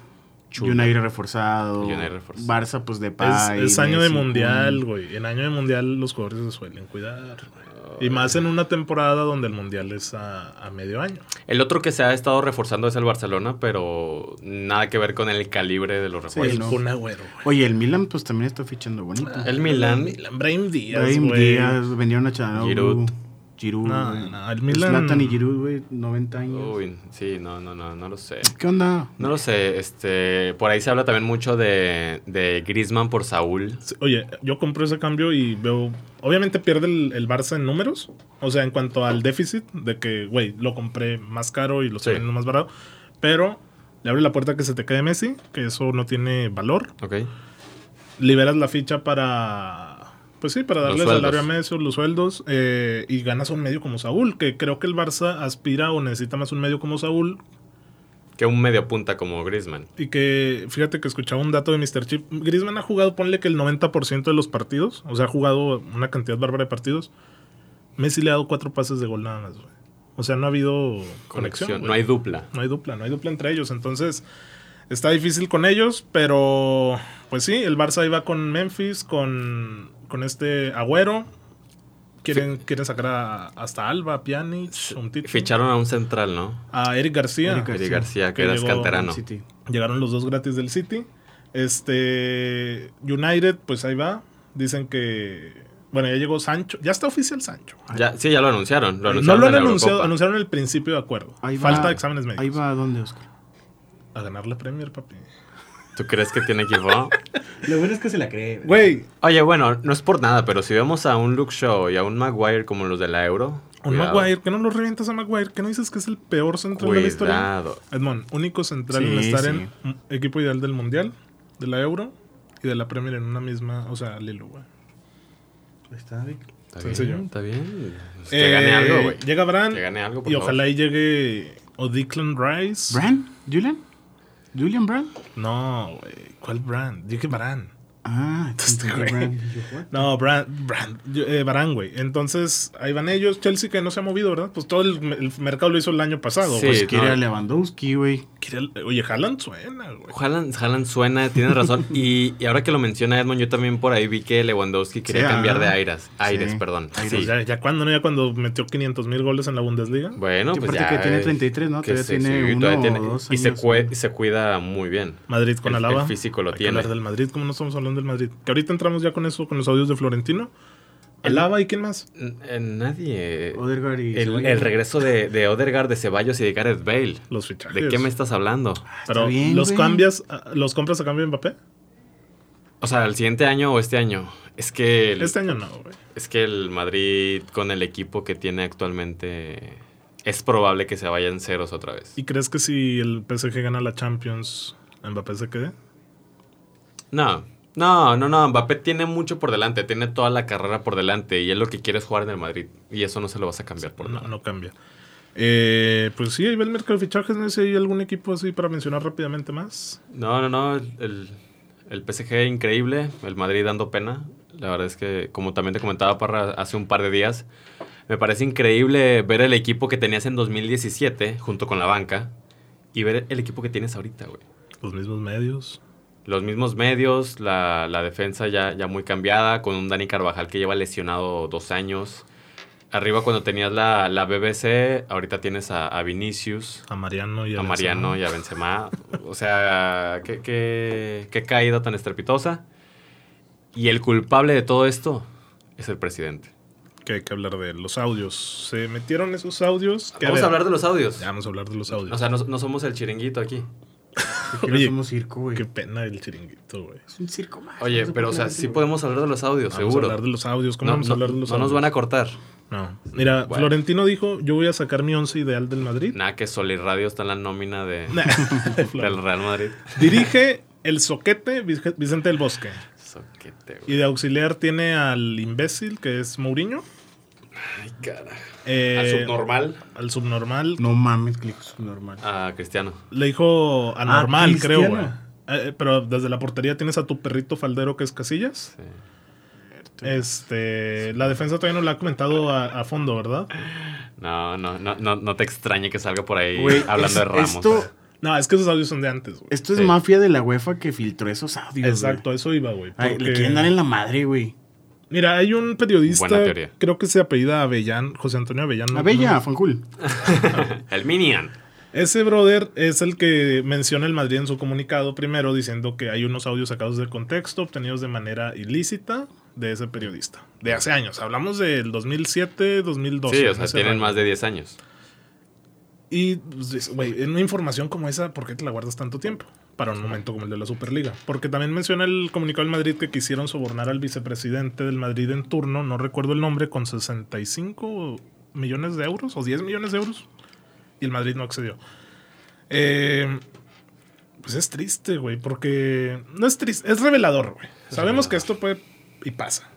[SPEAKER 3] Chula.
[SPEAKER 2] United reforzado.
[SPEAKER 3] United reforzado.
[SPEAKER 2] Barça, pues de
[SPEAKER 1] es,
[SPEAKER 2] paz.
[SPEAKER 1] es año de mundial, güey. En año de mundial los jugadores se suelen cuidar. güey. Y más en una temporada donde el mundial es a, a medio año.
[SPEAKER 3] El otro que se ha estado reforzando es el Barcelona, pero nada que ver con el calibre de los refuerzos.
[SPEAKER 1] el
[SPEAKER 2] no.
[SPEAKER 1] Kun Agüero, güey.
[SPEAKER 2] Oye, el Milan, pues también está fichando bonito.
[SPEAKER 3] el Milan.
[SPEAKER 1] Milan, Brahim Díaz,
[SPEAKER 2] Brahim
[SPEAKER 1] güey.
[SPEAKER 2] Díaz, vendieron a Chanao.
[SPEAKER 3] Giroud.
[SPEAKER 2] Giroud.
[SPEAKER 1] No,
[SPEAKER 2] güey.
[SPEAKER 1] no, el Milan-
[SPEAKER 2] Zlatan y Giroud, güey, 90 años.
[SPEAKER 3] Uy, sí, no, no, no, no lo sé.
[SPEAKER 2] ¿Qué onda?
[SPEAKER 3] No lo sé, este, por ahí se habla también mucho de, de Griezmann por Saúl.
[SPEAKER 1] Sí, Oye, yo compro ese cambio y veo. Obviamente pierde el, el Barça en números. O sea, en cuanto al déficit, de que, güey, lo compré más caro y lo estoy
[SPEAKER 3] Sí.
[SPEAKER 1] vendiendo más barato. Pero le abre la puerta a que se te quede Messi, que eso no tiene valor.
[SPEAKER 3] Ok.
[SPEAKER 1] Liberas la ficha para. Pues sí, para
[SPEAKER 3] Los
[SPEAKER 1] darle
[SPEAKER 3] sueldos.
[SPEAKER 1] salario a Messi, los sueldos. eh, y ganas un medio como Saúl, que creo que el Barça aspira o necesita más un medio como Saúl
[SPEAKER 3] Que un medio punta como Griezmann.
[SPEAKER 1] y que fíjate que escuchaba un dato de Mr. Chip. Griezmann ha jugado, ponle que el 90% de los partidos, o sea, ha jugado una cantidad bárbara de partidos. Messi le ha dado cuatro pases de gol nada más, güey. O sea, no ha habido conexión.
[SPEAKER 3] Conexión.
[SPEAKER 1] güey.
[SPEAKER 3] No hay dupla.
[SPEAKER 1] no hay dupla, no hay dupla entre ellos. Entonces, está difícil con ellos, pero pues sí, el Barça iba con Memphis, con, con este Agüero. Quieren, quieren sacar a- hasta Alba, Pjanic, un título.
[SPEAKER 3] Ficharon a un central, ¿no?
[SPEAKER 1] A Eric García.
[SPEAKER 2] Eric
[SPEAKER 3] Eric
[SPEAKER 2] Sí,
[SPEAKER 3] García, que
[SPEAKER 1] que
[SPEAKER 3] era
[SPEAKER 1] llegó
[SPEAKER 3] canterano.
[SPEAKER 2] City.
[SPEAKER 1] Llegaron los dos gratis del City. Este. United, pues ahí va. Dicen que. Bueno, ya llegó Sancho. Ya está oficial Sancho.
[SPEAKER 3] Ya, sí, ya lo anunciaron. Lo
[SPEAKER 1] no
[SPEAKER 3] anunciaron
[SPEAKER 1] lo
[SPEAKER 3] en
[SPEAKER 1] han
[SPEAKER 3] la
[SPEAKER 1] anunciado.
[SPEAKER 3] Eurocopa.
[SPEAKER 1] Anunciaron el principio de acuerdo.
[SPEAKER 2] Ahí va-
[SPEAKER 1] Falta exámenes médicos.
[SPEAKER 2] Ahí va a dónde, Oscar.
[SPEAKER 1] A ganar la Premier, papi.
[SPEAKER 3] ¿Tú crees que tiene equipo?
[SPEAKER 2] Lo bueno es que se la cree,
[SPEAKER 1] Güey.
[SPEAKER 3] Oye, bueno, no es por nada, pero si vemos a un Luke Shaw y a un Maguire como los de la Euro.
[SPEAKER 1] Un
[SPEAKER 3] cuidado.
[SPEAKER 1] Maguire. ¿Que no lo revientas a Maguire? ¿Que no dices que es el peor central de la historia?
[SPEAKER 3] Cuidado.
[SPEAKER 1] Edmond, único central en
[SPEAKER 2] Sí,
[SPEAKER 1] estar
[SPEAKER 2] sí.
[SPEAKER 1] en m- equipo ideal del Mundial, de la Euro y de la Premier en una misma. O sea, Lilo, güey.
[SPEAKER 2] Está bien.
[SPEAKER 3] Está
[SPEAKER 1] Sencillo.
[SPEAKER 3] bien. Está bien. Pues que gane
[SPEAKER 1] Eh,
[SPEAKER 3] algo, güey.
[SPEAKER 1] Llega Bran.
[SPEAKER 3] Que gane algo, por
[SPEAKER 1] Y
[SPEAKER 3] favor.
[SPEAKER 1] ojalá ahí llegue. O Declan Rice.
[SPEAKER 2] ¿Bran? ¿Julian? ¿Julian Brand?
[SPEAKER 1] No, güey. ¿Cuál Brand? Dije Bran.
[SPEAKER 3] (laughs)
[SPEAKER 2] Ah,
[SPEAKER 1] Este
[SPEAKER 2] Julian
[SPEAKER 1] güey.
[SPEAKER 2] Brand. Y yo, ¿what?
[SPEAKER 1] No, Brand. Brand. Yo- eh, Varane, güey. Entonces, ahí van ellos. Chelsea que no se ha movido, ¿verdad? Pues todo el, el mercado lo hizo el año pasado,
[SPEAKER 3] Sí.
[SPEAKER 1] güey.
[SPEAKER 2] Pues quiere
[SPEAKER 3] no.
[SPEAKER 2] a Lewandowski, güey.
[SPEAKER 1] quiere- Oye, Haaland suena, güey.
[SPEAKER 3] Haaland, Haaland suena,
[SPEAKER 2] (laughs)
[SPEAKER 3] tienes razón. y, y ahora que lo menciona Edmond, yo también por ahí vi que Lewandowski quería
[SPEAKER 2] Sí,
[SPEAKER 3] cambiar de
[SPEAKER 2] ah.
[SPEAKER 3] aires. Aires,
[SPEAKER 2] Sí.
[SPEAKER 3] perdón.
[SPEAKER 1] Ay,
[SPEAKER 3] Sí.
[SPEAKER 1] pues ya, ya cuando, ¿no? Ya cuando metió 500 mil goles en la Bundesliga.
[SPEAKER 3] Bueno,
[SPEAKER 2] Sí,
[SPEAKER 3] pues
[SPEAKER 2] aparte
[SPEAKER 3] ya.
[SPEAKER 2] que tiene
[SPEAKER 3] eh,
[SPEAKER 2] 33, ¿no?
[SPEAKER 3] que
[SPEAKER 2] Todavía
[SPEAKER 3] se-
[SPEAKER 2] tiene
[SPEAKER 3] sí,
[SPEAKER 2] uno
[SPEAKER 3] todavía
[SPEAKER 2] o
[SPEAKER 3] tiene-
[SPEAKER 2] dos
[SPEAKER 3] Y se,
[SPEAKER 2] años.
[SPEAKER 3] cue- se cuida muy bien.
[SPEAKER 1] Madrid con
[SPEAKER 3] El-
[SPEAKER 1] Alaba.
[SPEAKER 3] el físico lo
[SPEAKER 1] Hay que
[SPEAKER 3] tiene.
[SPEAKER 1] hablar del Madrid, como no estamos hablando del Madrid. Que ahorita entramos ya con eso, con los audios de Florentino. Alaba y quién más.
[SPEAKER 3] N- eh, nadie.
[SPEAKER 2] Odegaard y
[SPEAKER 3] El,
[SPEAKER 2] Ceballos.
[SPEAKER 3] el regreso de, de Odegaard, de Ceballos y de Gareth Bale.
[SPEAKER 1] Los fichajes.
[SPEAKER 3] ¿De qué me estás hablando?
[SPEAKER 1] Pero
[SPEAKER 2] Está bien,
[SPEAKER 1] los
[SPEAKER 2] güey.
[SPEAKER 1] cambias, a- los compras a cambio de Mbappé.
[SPEAKER 3] O sea, ¿el siguiente año o este año? Es que el,
[SPEAKER 1] Este año no, güey.
[SPEAKER 3] es que el Madrid, con el equipo que tiene actualmente, es probable que se vayan ceros otra vez.
[SPEAKER 1] ¿Y crees que si el PSG gana la Champions, Mbappé se quede?
[SPEAKER 3] No, no, no, no. Mbappé tiene mucho por delante, tiene toda la carrera por delante y él lo que quiere es jugar en el Madrid. Y eso no se lo vas a cambiar por
[SPEAKER 1] no,
[SPEAKER 3] nada.
[SPEAKER 1] no cambia. Eh, pues sí, ahí va el mercado de fichajes. No sé si hay algún equipo así para mencionar rápidamente más.
[SPEAKER 3] No, no, no. El, el PSG increíble, el Madrid dando pena. La verdad es que, como también te comentaba Parra hace un par de días, me parece increíble ver el equipo que tenías en 2017 junto con la banca y ver el equipo que tienes ahorita, güey.
[SPEAKER 1] Los mismos medios.
[SPEAKER 3] Los mismos medios, la, la defensa ya, ya muy cambiada, con un Dani Carvajal que lleva lesionado dos años. Arriba cuando tenías la, la BBC, ahorita tienes a, a Vinicius,
[SPEAKER 1] A Mariano y a,
[SPEAKER 3] a Mariano y a Benzema. O sea, qué, qué- qué caída tan estrepitosa. Y el culpable de todo esto es el presidente.
[SPEAKER 1] Que hay que hablar de los audios. Se metieron esos audios. que,
[SPEAKER 3] Vamos a
[SPEAKER 1] ver,
[SPEAKER 3] hablar de los audios.
[SPEAKER 1] ya vamos a hablar de los audios.
[SPEAKER 3] O sea, no, no somos el chiringuito aquí.
[SPEAKER 2] Que no
[SPEAKER 1] Oye,
[SPEAKER 2] somos circo, güey.
[SPEAKER 1] Qué pena el chiringuito, güey.
[SPEAKER 2] Es un circo más.
[SPEAKER 3] Oye,
[SPEAKER 2] No se
[SPEAKER 3] pero o sea,
[SPEAKER 2] puede
[SPEAKER 3] sí
[SPEAKER 2] hablar
[SPEAKER 3] podemos hablar de los audios,
[SPEAKER 1] Vamos
[SPEAKER 3] seguro.
[SPEAKER 1] a hablar de los audios. ¿Cómo
[SPEAKER 3] No,
[SPEAKER 1] vamos a
[SPEAKER 3] no-
[SPEAKER 1] hablar de los
[SPEAKER 3] no
[SPEAKER 1] audios?
[SPEAKER 3] nos van a cortar.
[SPEAKER 1] No. Mira,
[SPEAKER 3] Bueno.
[SPEAKER 1] Florentino dijo, yo voy a sacar mi once ideal del Madrid. (laughs)
[SPEAKER 3] Nada que Sol y Radio está en la nómina de, (laughs)
[SPEAKER 1] Flor-
[SPEAKER 3] del Real Madrid.
[SPEAKER 1] Dirige el soquete Vic- Vicente del Bosque.
[SPEAKER 3] Soquete, güey.
[SPEAKER 1] Y de auxiliar tiene al imbécil, que es Mourinho.
[SPEAKER 3] Ay, cara.
[SPEAKER 1] Eh,
[SPEAKER 3] Al subnormal.
[SPEAKER 1] Al subnormal.
[SPEAKER 2] de- No mames, clic normal.
[SPEAKER 3] A Cristiano.
[SPEAKER 1] Le dijo anormal,
[SPEAKER 2] Ah,
[SPEAKER 1] creo, güey.
[SPEAKER 2] Cristiano.
[SPEAKER 1] Eh, pero desde la portería tienes a tu perrito faldero que es Casillas.
[SPEAKER 3] Sí.
[SPEAKER 1] Este, la defensa todavía no la ha comentado a, a fondo, ¿verdad?
[SPEAKER 3] No, no, no, no, no te extrañe que salga por ahí
[SPEAKER 2] Güey,
[SPEAKER 3] hablando
[SPEAKER 2] es-
[SPEAKER 3] de Ramos.
[SPEAKER 2] Esto,
[SPEAKER 1] No, es que esos audios son de antes, güey.
[SPEAKER 2] esto es
[SPEAKER 3] Sí.
[SPEAKER 2] mafia de la UEFA que filtró esos audios.
[SPEAKER 1] Exacto, a eso iba, güey.
[SPEAKER 2] güey. Ay,
[SPEAKER 1] porque-
[SPEAKER 2] Le quieren dar en la madre, güey.
[SPEAKER 1] Mira, hay un periodista,
[SPEAKER 3] Buena teoría.
[SPEAKER 1] creo que se apellida Avellán, José Antonio Avellán. no-
[SPEAKER 2] La bella,
[SPEAKER 1] no-
[SPEAKER 2] Fanjul.
[SPEAKER 3] (laughs) El Minion.
[SPEAKER 1] Ese brother es el que menciona el Madrid en su comunicado primero diciendo que hay unos audios sacados del contexto, obtenidos de manera ilícita de ese periodista. De hace años, hablamos del 2007, 2012.
[SPEAKER 3] Sí, o sea,
[SPEAKER 1] ese
[SPEAKER 3] tienen
[SPEAKER 1] rango.
[SPEAKER 3] más de 10 años.
[SPEAKER 1] Y, pues, dices, güey, en una información como esa, ¿por qué te la guardas tanto tiempo? Para un momento como el de la Superliga. Porque también menciona el comunicado del Madrid que quisieron sobornar al vicepresidente del Madrid en turno, no recuerdo el nombre, con 65 millones de euros o 10 millones de euros. Y el Madrid no accedió. Eh, pues es triste, güey, porque no es triste, es revelador, güey. Sabemos que esto puede y pasa.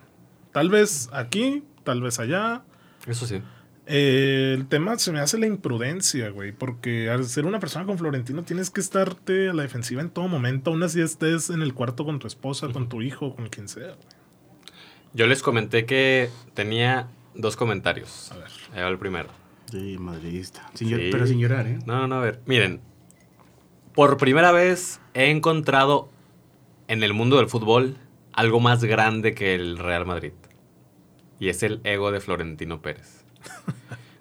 [SPEAKER 1] Tal vez aquí, tal vez allá,
[SPEAKER 3] Eso sí.
[SPEAKER 1] eh, el tema se me hace la imprudencia, güey, porque al ser una persona con Florentino tienes que estarte a la defensiva en todo momento, aún así estés en el cuarto con tu esposa, con tu hijo, con quien sea. güey.
[SPEAKER 3] Yo les comenté que tenía dos comentarios.
[SPEAKER 1] A ver.
[SPEAKER 3] Ahí va el primero.
[SPEAKER 2] Sí, madridista. Sin llor-
[SPEAKER 3] Sí.
[SPEAKER 2] Pero sin llorar, ¿eh?
[SPEAKER 3] No, no, no, a ver. Miren, por primera vez he encontrado en el mundo del fútbol algo más grande que el Real Madrid. Y es el ego de Florentino Pérez.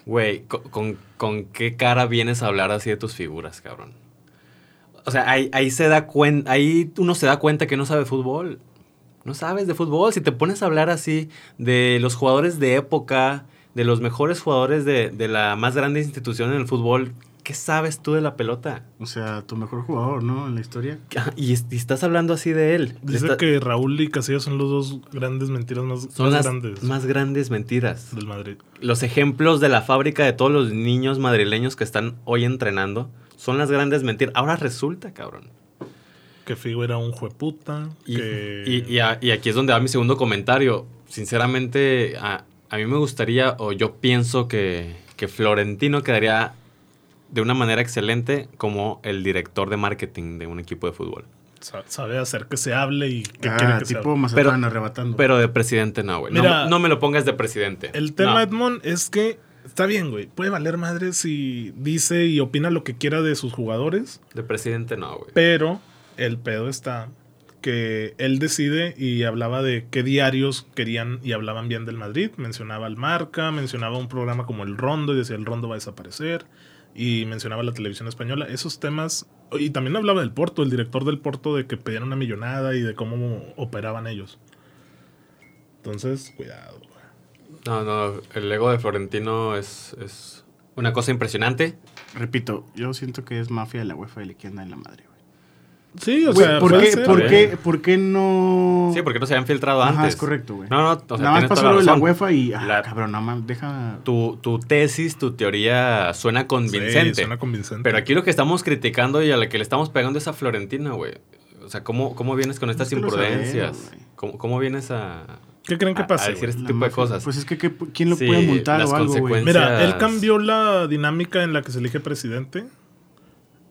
[SPEAKER 3] Güey, co- con, con qué cara vienes a hablar así de tus figuras, cabrón? O sea, ahí, ahí se da cuenta, ahí uno se da cuenta que no sabe fútbol. No sabes de fútbol. Si te pones a hablar así de los jugadores de época, de los mejores jugadores de, de la más grande institución en el fútbol, ¿qué sabes tú de la pelota? (laughs)
[SPEAKER 2] O sea, tu mejor jugador, ¿no? En la historia.
[SPEAKER 3] Y, es- y estás hablando así de él.
[SPEAKER 1] Dice
[SPEAKER 3] Está-
[SPEAKER 1] que Raúl y Casillas son los dos grandes mentiras más,
[SPEAKER 3] son
[SPEAKER 1] más
[SPEAKER 3] las
[SPEAKER 1] grandes
[SPEAKER 3] más grandes mentiras.
[SPEAKER 1] del Madrid.
[SPEAKER 3] Los ejemplos de la fábrica de todos los niños madrileños que están hoy entrenando son las grandes mentiras. Ahora resulta, cabrón.
[SPEAKER 1] Que Figo era un jueputa,
[SPEAKER 3] Y,
[SPEAKER 1] que...
[SPEAKER 3] y- y a- y aquí es donde va mi segundo comentario. Sinceramente, a, a mí me gustaría, o yo pienso que, que Florentino quedaría de una manera excelente como el director de marketing de un equipo de fútbol.
[SPEAKER 1] sa- sabe hacer que se hable y que quiere
[SPEAKER 2] Ah,
[SPEAKER 1] que se
[SPEAKER 2] tipo
[SPEAKER 1] hable.
[SPEAKER 2] Mazatlán arrebatando.
[SPEAKER 3] Pero de presidente no, güey. No,
[SPEAKER 1] Mira,
[SPEAKER 3] no me lo pongas de presidente.
[SPEAKER 1] El tema,
[SPEAKER 3] No.
[SPEAKER 1] Edmond, es que Está bien, güey. Puede valer madre si dice y opina lo que quiera de sus jugadores,
[SPEAKER 3] De presidente no, güey.
[SPEAKER 1] pero el pedo está que él decide y hablaba de qué diarios querían y hablaban bien del Madrid. Mencionaba al Marca, mencionaba un programa como el Rondo y decía el Rondo va a desaparecer. Y mencionaba la televisión española. Esos temas. Y también hablaba del Porto, el director del Porto, de que pedían una millonada y de cómo operaban ellos. Entonces, cuidado, güey.
[SPEAKER 3] No, no, el ego de Florentino es, es una cosa impresionante.
[SPEAKER 2] Repito, yo siento que es mafia de la UEFA y le quieren dar en la madre, güey.
[SPEAKER 1] Sí, o
[SPEAKER 2] Güey,
[SPEAKER 1] sea,
[SPEAKER 2] ¿por,
[SPEAKER 1] puede
[SPEAKER 2] qué,
[SPEAKER 1] ser, ¿eh?
[SPEAKER 2] ¿por,
[SPEAKER 1] güey.
[SPEAKER 2] qué, ¿Por qué no...?
[SPEAKER 3] Sí, porque no se habían filtrado
[SPEAKER 2] Ajá,
[SPEAKER 3] antes.
[SPEAKER 2] es correcto, güey.
[SPEAKER 3] No, no, o sea,
[SPEAKER 2] Nada más
[SPEAKER 3] tienes toda
[SPEAKER 2] pasó lo de la
[SPEAKER 3] razón.
[SPEAKER 2] UEFA y... Ah,
[SPEAKER 3] La-
[SPEAKER 2] cabrón, no mames, deja...
[SPEAKER 3] Tu, tu tesis, tu teoría suena
[SPEAKER 1] Sí,
[SPEAKER 3] convincente.
[SPEAKER 1] suena convincente.
[SPEAKER 3] Pero aquí lo que estamos criticando y a la que le estamos pegando es a Florentina, güey. O sea, ¿cómo, cómo vienes con estas
[SPEAKER 2] que lo
[SPEAKER 3] imprudencias?
[SPEAKER 2] sabemos, güey.
[SPEAKER 3] ¿Cómo, cómo vienes a,
[SPEAKER 1] ¿Qué creen que
[SPEAKER 3] a-
[SPEAKER 1] pasa?
[SPEAKER 3] a decir
[SPEAKER 1] güey?
[SPEAKER 3] este
[SPEAKER 2] La
[SPEAKER 3] tipo de
[SPEAKER 2] mafia.
[SPEAKER 3] cosas?
[SPEAKER 2] Pues es que, ¿qué- ¿quién lo
[SPEAKER 3] Sí,
[SPEAKER 2] puede multar
[SPEAKER 3] las
[SPEAKER 2] o algo, güey?
[SPEAKER 3] consecuencias.
[SPEAKER 1] Mira, él
[SPEAKER 3] Esas-
[SPEAKER 1] cambió la dinámica en la que se elige presidente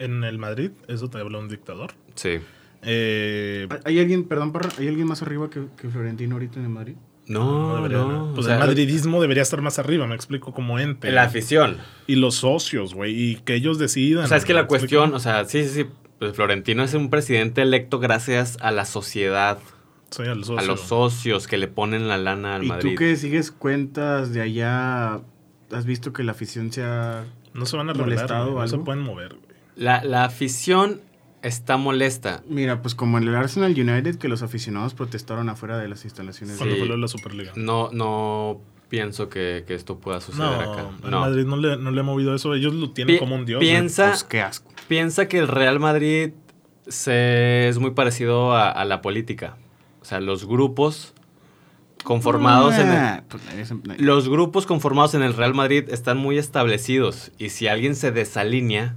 [SPEAKER 1] en el Madrid. Eso te habla un dictador.
[SPEAKER 3] Sí.
[SPEAKER 1] Eh,
[SPEAKER 2] ¿Hay alguien, perdón, Parra, ¿hay alguien más arriba que, que Florentino ahorita en el Madrid?
[SPEAKER 1] no
[SPEAKER 3] Ah, No, no.
[SPEAKER 1] debería, ¿no?
[SPEAKER 3] o
[SPEAKER 1] Pues
[SPEAKER 3] sea,
[SPEAKER 1] el madridismo debería estar más arriba, me explico, como ente.
[SPEAKER 3] La afición.
[SPEAKER 1] y los socios, güey. Y que ellos decidan.
[SPEAKER 3] O sea, es que
[SPEAKER 1] ¿me
[SPEAKER 3] la
[SPEAKER 1] explico?
[SPEAKER 3] cuestión, o sea, sí, sí, sí. pues, Florentino es un presidente electo gracias a la sociedad,
[SPEAKER 1] Sí, al socio.
[SPEAKER 3] a los socios que le ponen la lana al
[SPEAKER 2] y
[SPEAKER 3] Madrid.
[SPEAKER 2] tú que sigues cuentas de allá, ¿has visto que la afición se ha...
[SPEAKER 1] No se van a revelar,
[SPEAKER 2] Molestado
[SPEAKER 1] güey,
[SPEAKER 2] o
[SPEAKER 1] no se
[SPEAKER 2] algo.
[SPEAKER 1] pueden mover, güey.
[SPEAKER 3] La, la afición está molesta.
[SPEAKER 2] Mira, pues como en el Arsenal United, que los aficionados protestaron afuera de las instalaciones.
[SPEAKER 1] Cuando
[SPEAKER 3] Sí.
[SPEAKER 1] fue lo de la Superliga.
[SPEAKER 3] No, no pienso que, que esto pueda suceder acá.
[SPEAKER 1] No, el
[SPEAKER 3] No.
[SPEAKER 1] Madrid no le, no le ha movido eso. Ellos lo tienen
[SPEAKER 3] Pi-
[SPEAKER 1] como un dios. güey.
[SPEAKER 3] Piensa,
[SPEAKER 2] Pues qué asco.
[SPEAKER 3] piensa que el Real Madrid se, es muy parecido a, a la política. O sea, los grupos conformados en el-
[SPEAKER 2] Ah, pues, nadie se- nadie-
[SPEAKER 3] Los grupos conformados en el Real Madrid están muy establecidos y si alguien se desalinea,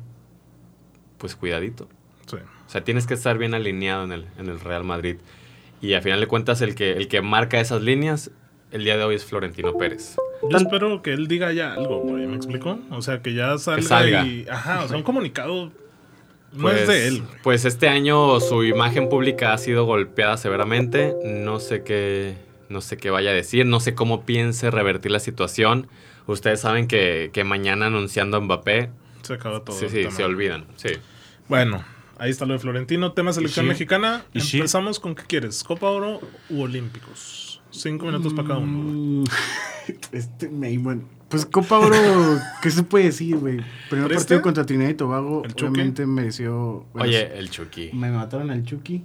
[SPEAKER 3] pues cuidadito.
[SPEAKER 1] Sí.
[SPEAKER 3] O sea, tienes que estar bien alineado en el, en el Real Madrid. Y al final de cuentas, el que, el que marca esas líneas el día de hoy es Florentino Pérez.
[SPEAKER 1] Yo espero que él diga ya algo, güey, ¿me explico? O sea, que ya salga,
[SPEAKER 3] salga.
[SPEAKER 1] y... Ajá, o sea, un comunicado no
[SPEAKER 3] Pues,
[SPEAKER 1] es de él. güey.
[SPEAKER 3] pues este año su imagen pública ha sido golpeada severamente. No sé qué, no sé qué vaya a decir, no sé cómo piense revertir la situación. Ustedes saben que, que mañana anunciando a Mbappé,
[SPEAKER 1] Se acaba todo.
[SPEAKER 3] sí,
[SPEAKER 1] el
[SPEAKER 3] sí,
[SPEAKER 1] tema.
[SPEAKER 3] se olvidan. Sí.
[SPEAKER 1] Bueno, ahí está lo de Florentino. Tema selección
[SPEAKER 2] sí?
[SPEAKER 1] mexicana.
[SPEAKER 2] ¿Y sí?
[SPEAKER 1] Empezamos con qué quieres, Copa Oro u Olímpicos. Cinco minutos para cada uno. güey.
[SPEAKER 2] Mm, (laughs) Este, me- bueno, pues Copa Oro, ¿qué se puede decir, güey? Primer
[SPEAKER 1] ¿Preste?
[SPEAKER 2] partido contra Trinidad y Tobago,
[SPEAKER 1] ¿El Chucky?
[SPEAKER 2] obviamente mereció... bueno,
[SPEAKER 3] Oye, el Chucky.
[SPEAKER 2] Me mataron al Chucky.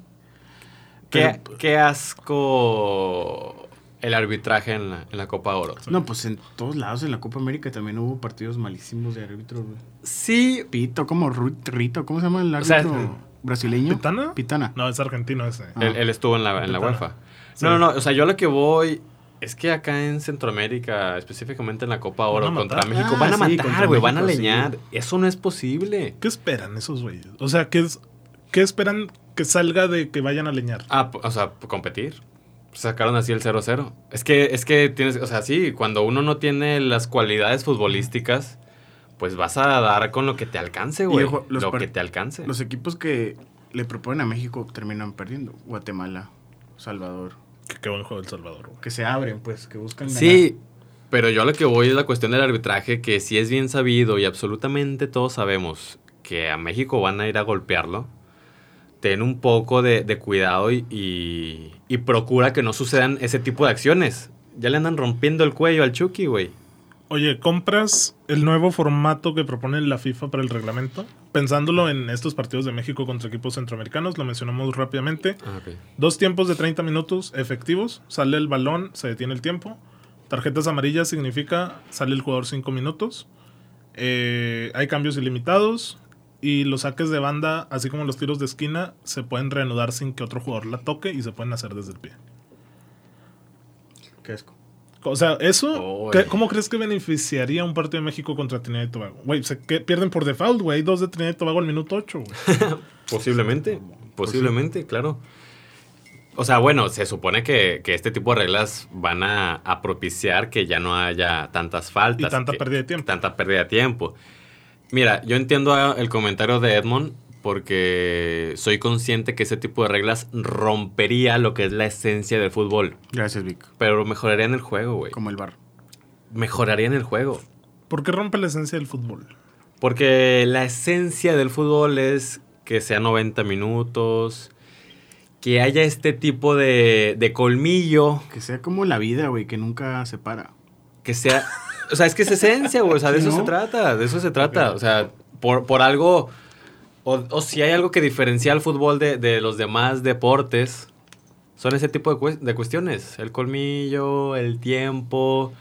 [SPEAKER 3] Qué,
[SPEAKER 1] pues,
[SPEAKER 3] qué asco el arbitraje en la, en la Copa Oro.
[SPEAKER 2] No, pues en todos lados en la Copa América también hubo partidos malísimos de árbitro, güey.
[SPEAKER 3] Sí,
[SPEAKER 2] Pito, como Ru- Rito, ¿cómo se llama el
[SPEAKER 3] O sea,
[SPEAKER 2] árbitro brasileño?
[SPEAKER 1] ¿Pitana?
[SPEAKER 2] Pitana.
[SPEAKER 1] No, es argentino ese.
[SPEAKER 2] Ah.
[SPEAKER 3] él, él estuvo en la, en la
[SPEAKER 1] Puta.
[SPEAKER 3] UEFA.
[SPEAKER 1] Sí.
[SPEAKER 3] No, no, no, o sea, yo lo que voy es que acá en Centroamérica, específicamente en la Copa
[SPEAKER 1] a
[SPEAKER 3] Oro
[SPEAKER 1] matar.
[SPEAKER 3] contra México,
[SPEAKER 2] Ah,
[SPEAKER 3] van a
[SPEAKER 2] sí, contra
[SPEAKER 3] matar, güey, van a
[SPEAKER 2] México, sí.
[SPEAKER 3] leñar. Eso no es posible.
[SPEAKER 1] ¿Qué esperan esos güeyes? O sea, ¿qué, es, ¿qué esperan que salga de que vayan a leñar?
[SPEAKER 3] Ah, p- o sea, p- competir. Sacaron así el 0-0. Es que, es que tienes, o sea, sí, cuando uno no tiene las cualidades futbolísticas, pues vas a dar con lo que te alcance, güey.
[SPEAKER 2] ojo, los
[SPEAKER 3] Lo
[SPEAKER 2] par-
[SPEAKER 3] que te alcance.
[SPEAKER 2] Los equipos que le proponen a México terminan perdiendo. Guatemala, Salvador.
[SPEAKER 1] Que qué buen juego El Salvador, güey.
[SPEAKER 2] Que se abren, pues, que buscan ganar.
[SPEAKER 3] Sí, pero yo a lo que voy es la cuestión del arbitraje, que si es bien sabido y absolutamente todos sabemos que a México van a ir a golpearlo, ten un poco de, de cuidado y, y- y procura que no sucedan ese tipo de acciones. Ya le andan rompiendo el cuello al Chucky, güey.
[SPEAKER 1] Oye, ¿compras el nuevo formato que propone la FIFA para el reglamento? Pensándolo en estos partidos de México contra equipos centroamericanos, lo mencionamos rápidamente.
[SPEAKER 3] Ah, ok.
[SPEAKER 1] Dos tiempos de 30 minutos efectivos, sale el balón, se detiene el tiempo. Tarjetas amarillas significa sale el jugador 5 minutos. Eh, hay cambios ilimitados y los saques de banda, así como los tiros de esquina, se pueden reanudar sin que otro jugador la toque y se pueden hacer desde el pie.
[SPEAKER 2] Qué asco.
[SPEAKER 1] O sea, eso,
[SPEAKER 3] Oy.
[SPEAKER 1] ¿qué- ¿cómo crees que beneficiaría un partido de México contra Trinidad y Tobago? Güey, se que- pierden por default, güey. Hay Dos de Trinidad y Tobago al minuto 8,
[SPEAKER 3] (laughs)
[SPEAKER 1] güey.
[SPEAKER 3] Posiblemente,
[SPEAKER 1] Pues
[SPEAKER 3] posiblemente, claro. O sea, bueno, se supone que, que este tipo de reglas van a, a propiciar que ya no haya tantas
[SPEAKER 1] Y
[SPEAKER 3] faltas.
[SPEAKER 1] tanta
[SPEAKER 3] que-
[SPEAKER 1] pérdida de tiempo.
[SPEAKER 3] (laughs) Tanta pérdida de tiempo. Mira, yo entiendo a- el comentario de Edmond porque soy consciente que ese tipo de reglas rompería lo que es la esencia del fútbol.
[SPEAKER 2] Gracias, Vic.
[SPEAKER 3] Pero mejoraría en el juego, güey.
[SPEAKER 2] Como el bar.
[SPEAKER 3] Mejoraría en el juego.
[SPEAKER 1] ¿Por qué rompe la esencia del fútbol?
[SPEAKER 3] Porque la esencia del fútbol es que sea 90 minutos, que haya este tipo de, de colmillo,
[SPEAKER 2] Que sea como la vida, güey, que nunca se para.
[SPEAKER 3] que sea... O sea, es que es esencia, güey. O sea, de
[SPEAKER 2] Sí,
[SPEAKER 3] eso
[SPEAKER 2] ¿no?
[SPEAKER 3] se trata, de eso se trata. O sea, por, por algo... O, o si hay algo que diferencia al fútbol de, de los demás deportes, son ese tipo de, cues- de cuestiones. El colmillo, el tiempo,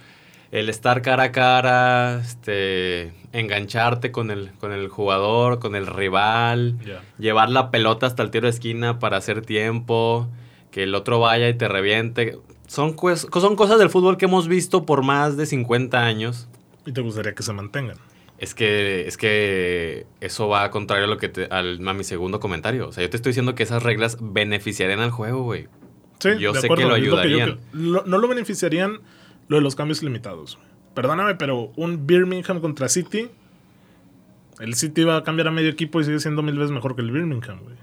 [SPEAKER 3] el estar cara a cara, este, engancharte con el, con el jugador, con el rival.
[SPEAKER 1] Ya.
[SPEAKER 3] llevar la pelota hasta el tiro de esquina para hacer tiempo, que el otro vaya y te reviente. Son, cues- son cosas del fútbol que hemos visto por más de 50 años.
[SPEAKER 1] Y te gustaría que se mantengan.
[SPEAKER 3] Es que, es que eso va contrario a lo que te- al, a mi segundo comentario. O sea, yo te estoy diciendo que esas reglas beneficiarían al juego, güey.
[SPEAKER 1] Sí,
[SPEAKER 3] Yo
[SPEAKER 1] de
[SPEAKER 3] sé
[SPEAKER 1] acuerdo,
[SPEAKER 3] que lo
[SPEAKER 1] es yo
[SPEAKER 3] ayudarían.
[SPEAKER 1] creo. Lo- no lo beneficiarían lo de los cambios limitados. Perdóname, pero un Birmingham contra City, el City va a cambiar a medio equipo y sigue siendo mil veces mejor que el Birmingham, güey.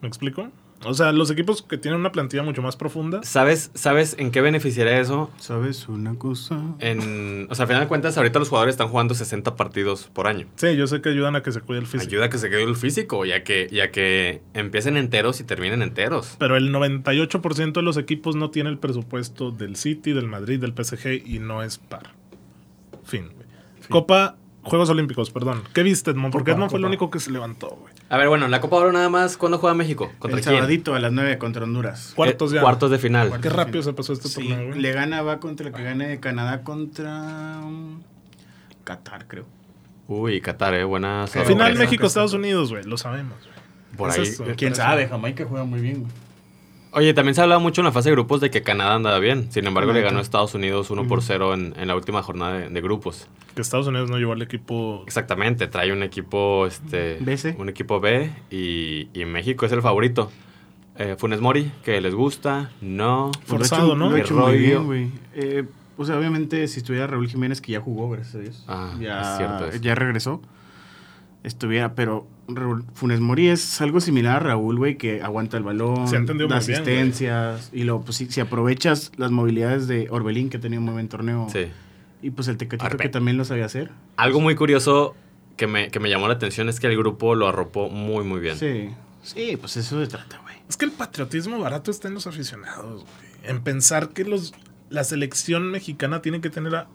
[SPEAKER 1] ¿Me explico? O sea, los equipos que tienen una plantilla mucho más profunda.
[SPEAKER 3] ¿Sabes, ¿Sabes en qué beneficiaría eso?
[SPEAKER 2] ¿Sabes una cosa?
[SPEAKER 3] Eh, En, o sea, al final de cuentas, ahorita los jugadores están jugando 60 partidos por año.
[SPEAKER 1] Sí, yo sé que ayudan a que se cuide el físico.
[SPEAKER 3] Ayuda a que se quede el físico ya que, ya que empiecen enteros y terminen enteros.
[SPEAKER 1] Pero el 98% de los equipos no tiene el presupuesto del City, del Madrid, del PSG y no es par. Fin. güey. Copa, Juegos Olímpicos, perdón. ¿Qué viste, Edmond? Porque
[SPEAKER 2] Copa,
[SPEAKER 1] Edmond fue el
[SPEAKER 2] Copa.
[SPEAKER 1] único que se levantó, güey.
[SPEAKER 3] A ver, bueno, la Copa Oro nada más, ¿cuándo juega México? ¿Contra
[SPEAKER 2] el
[SPEAKER 3] quién?
[SPEAKER 2] sabadito a las 9 contra Honduras.
[SPEAKER 1] Cuartos
[SPEAKER 3] Eh,
[SPEAKER 1] ya.
[SPEAKER 3] Cuartos de final.
[SPEAKER 1] Qué
[SPEAKER 2] Cuartos.
[SPEAKER 1] rápido se pasó este
[SPEAKER 2] Sí,
[SPEAKER 1] torneo, güey.
[SPEAKER 2] le gana va contra el que gane de Canadá contra um, Qatar, creo.
[SPEAKER 3] Uy, Qatar, eh, buena
[SPEAKER 1] Al
[SPEAKER 2] Pero
[SPEAKER 1] final
[SPEAKER 2] por eso-
[SPEAKER 1] México-Estados Unidos, güey. Lo sabemos, güey.
[SPEAKER 3] Por
[SPEAKER 1] es
[SPEAKER 3] ahí.
[SPEAKER 1] eso.
[SPEAKER 2] Quién
[SPEAKER 1] Pero
[SPEAKER 2] sabe,
[SPEAKER 1] sí.
[SPEAKER 2] Jamaica juega muy bien. güey.
[SPEAKER 3] Oye, también se hablaba mucho en la fase de grupos de que Canadá andaba bien. Sin embargo, le
[SPEAKER 2] Correcto.
[SPEAKER 3] ganó a Estados Unidos 1 por
[SPEAKER 2] Ujú.
[SPEAKER 3] 0 en, en la última jornada de, de grupos.
[SPEAKER 1] Que Estados Unidos no llevó al equipo.
[SPEAKER 3] Exactamente, trae un equipo este
[SPEAKER 2] BC.
[SPEAKER 3] un equipo B y, y México es el favorito. Eh, Funes Mori, que les gusta, no.
[SPEAKER 1] Forzado,
[SPEAKER 2] Lo ha hecho-
[SPEAKER 1] ¿no?
[SPEAKER 2] Lo ha hecho muy
[SPEAKER 3] Rollo.
[SPEAKER 2] bien, güey. Eh, o sea, obviamente, si estuviera Raúl Jiménez, que ya jugó, gracias a Dios.
[SPEAKER 3] Ah,
[SPEAKER 2] ya,
[SPEAKER 3] es cierto eso.
[SPEAKER 2] ya regresó. Estuviera, pero Raúl- Funes Mori es algo similar a Raúl, güey, que aguanta el balón,
[SPEAKER 1] Se ha entendido
[SPEAKER 2] da
[SPEAKER 1] muy bien, güey.
[SPEAKER 2] asistencias. y luego, pues, si, si aprovechas las movilidades de Orbelín, que ha tenido un muy buen torneo.
[SPEAKER 3] Sí.
[SPEAKER 2] Y pues el Tecatito,
[SPEAKER 3] Orbe.
[SPEAKER 2] que también lo sabía hacer.
[SPEAKER 3] Algo muy curioso que me, que me llamó la atención es que el grupo lo arropó muy, muy bien.
[SPEAKER 2] Sí. Sí, pues eso se trata, güey.
[SPEAKER 1] Es que el patriotismo barato está en los aficionados, güey. En pensar que los, la selección mexicana tiene que tener a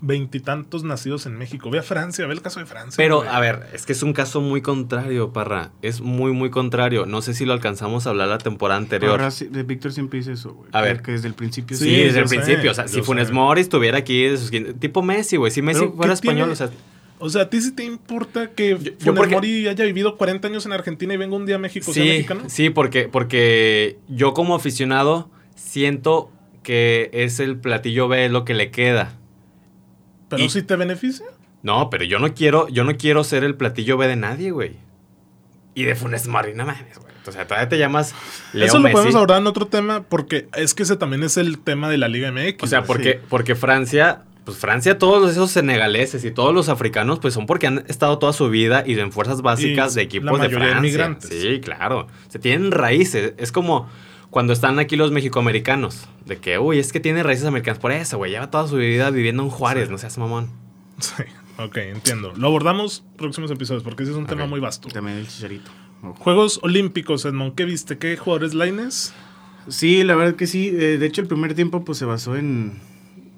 [SPEAKER 1] veintitantos nacidos en México. Ve a Francia, ve el caso de Francia.
[SPEAKER 3] Pero,
[SPEAKER 1] güey.
[SPEAKER 3] a ver, es que es un caso muy contrario, Parra. Es muy, muy contrario. No sé si lo alcanzamos a hablar la temporada anterior.
[SPEAKER 2] Ahora sí, de Víctor siempre dice eso, güey.
[SPEAKER 3] A
[SPEAKER 2] que-
[SPEAKER 3] ver.
[SPEAKER 2] Que desde el principio
[SPEAKER 3] Sí,
[SPEAKER 1] Sí,
[SPEAKER 3] desde
[SPEAKER 1] yo
[SPEAKER 3] el
[SPEAKER 1] sé,
[SPEAKER 3] principio. O sea,
[SPEAKER 1] yo
[SPEAKER 3] si Funes
[SPEAKER 1] sé.
[SPEAKER 3] Mori estuviera aquí, de sus- tipo Messi, güey. Si Messi
[SPEAKER 1] Pero, ¿qué
[SPEAKER 3] fuera español,
[SPEAKER 1] tiene?
[SPEAKER 3] o sea,
[SPEAKER 1] O sea, ¿a ti sí te importa que
[SPEAKER 3] yo
[SPEAKER 1] Funes
[SPEAKER 3] porque-
[SPEAKER 1] Mori haya vivido 40 años en Argentina y venga un día a México sea
[SPEAKER 3] sí,
[SPEAKER 1] mexicano?
[SPEAKER 3] sí, porque, porque yo como aficionado siento que es el platillo B lo que le queda.
[SPEAKER 1] Pero
[SPEAKER 3] Y-
[SPEAKER 1] si te beneficia.
[SPEAKER 3] No, pero yo no quiero, yo no quiero ser el platillo B de nadie, güey. Y de Funes Mori, no mames, güey. O sea, todavía te llamas Leo
[SPEAKER 1] Eso lo
[SPEAKER 3] Messi.
[SPEAKER 1] podemos hablar en otro tema porque es que ese también es el tema de la Liga MX.
[SPEAKER 3] O sea,
[SPEAKER 1] güey. (laughs)
[SPEAKER 3] porque, porque Francia, pues Francia, todos esos senegaleses y todos los africanos, pues son porque han estado toda su vida y en fuerzas básicas
[SPEAKER 1] Y
[SPEAKER 3] de
[SPEAKER 1] la
[SPEAKER 3] equipos de
[SPEAKER 1] mayoría de
[SPEAKER 3] Francia.
[SPEAKER 1] migrantes.
[SPEAKER 3] Sí, claro. Se tienen raíces. Es como cuando están aquí los mexicoamericanos, de que, uy, es que tiene raíces americanas. Por eso, güey, lleva toda su vida viviendo en Juárez, no seas mamón.
[SPEAKER 1] Sí, ok, entiendo. Lo abordamos próximos episodios porque ese es un tema
[SPEAKER 3] Ok.
[SPEAKER 1] muy vasto.
[SPEAKER 2] También el chicharito. Ojo.
[SPEAKER 1] Juegos Olímpicos, Edmond, ¿qué viste? ¿Qué jugadores Laines?
[SPEAKER 2] Sí, la verdad que sí. Eh, De hecho, el primer tiempo pues se basó en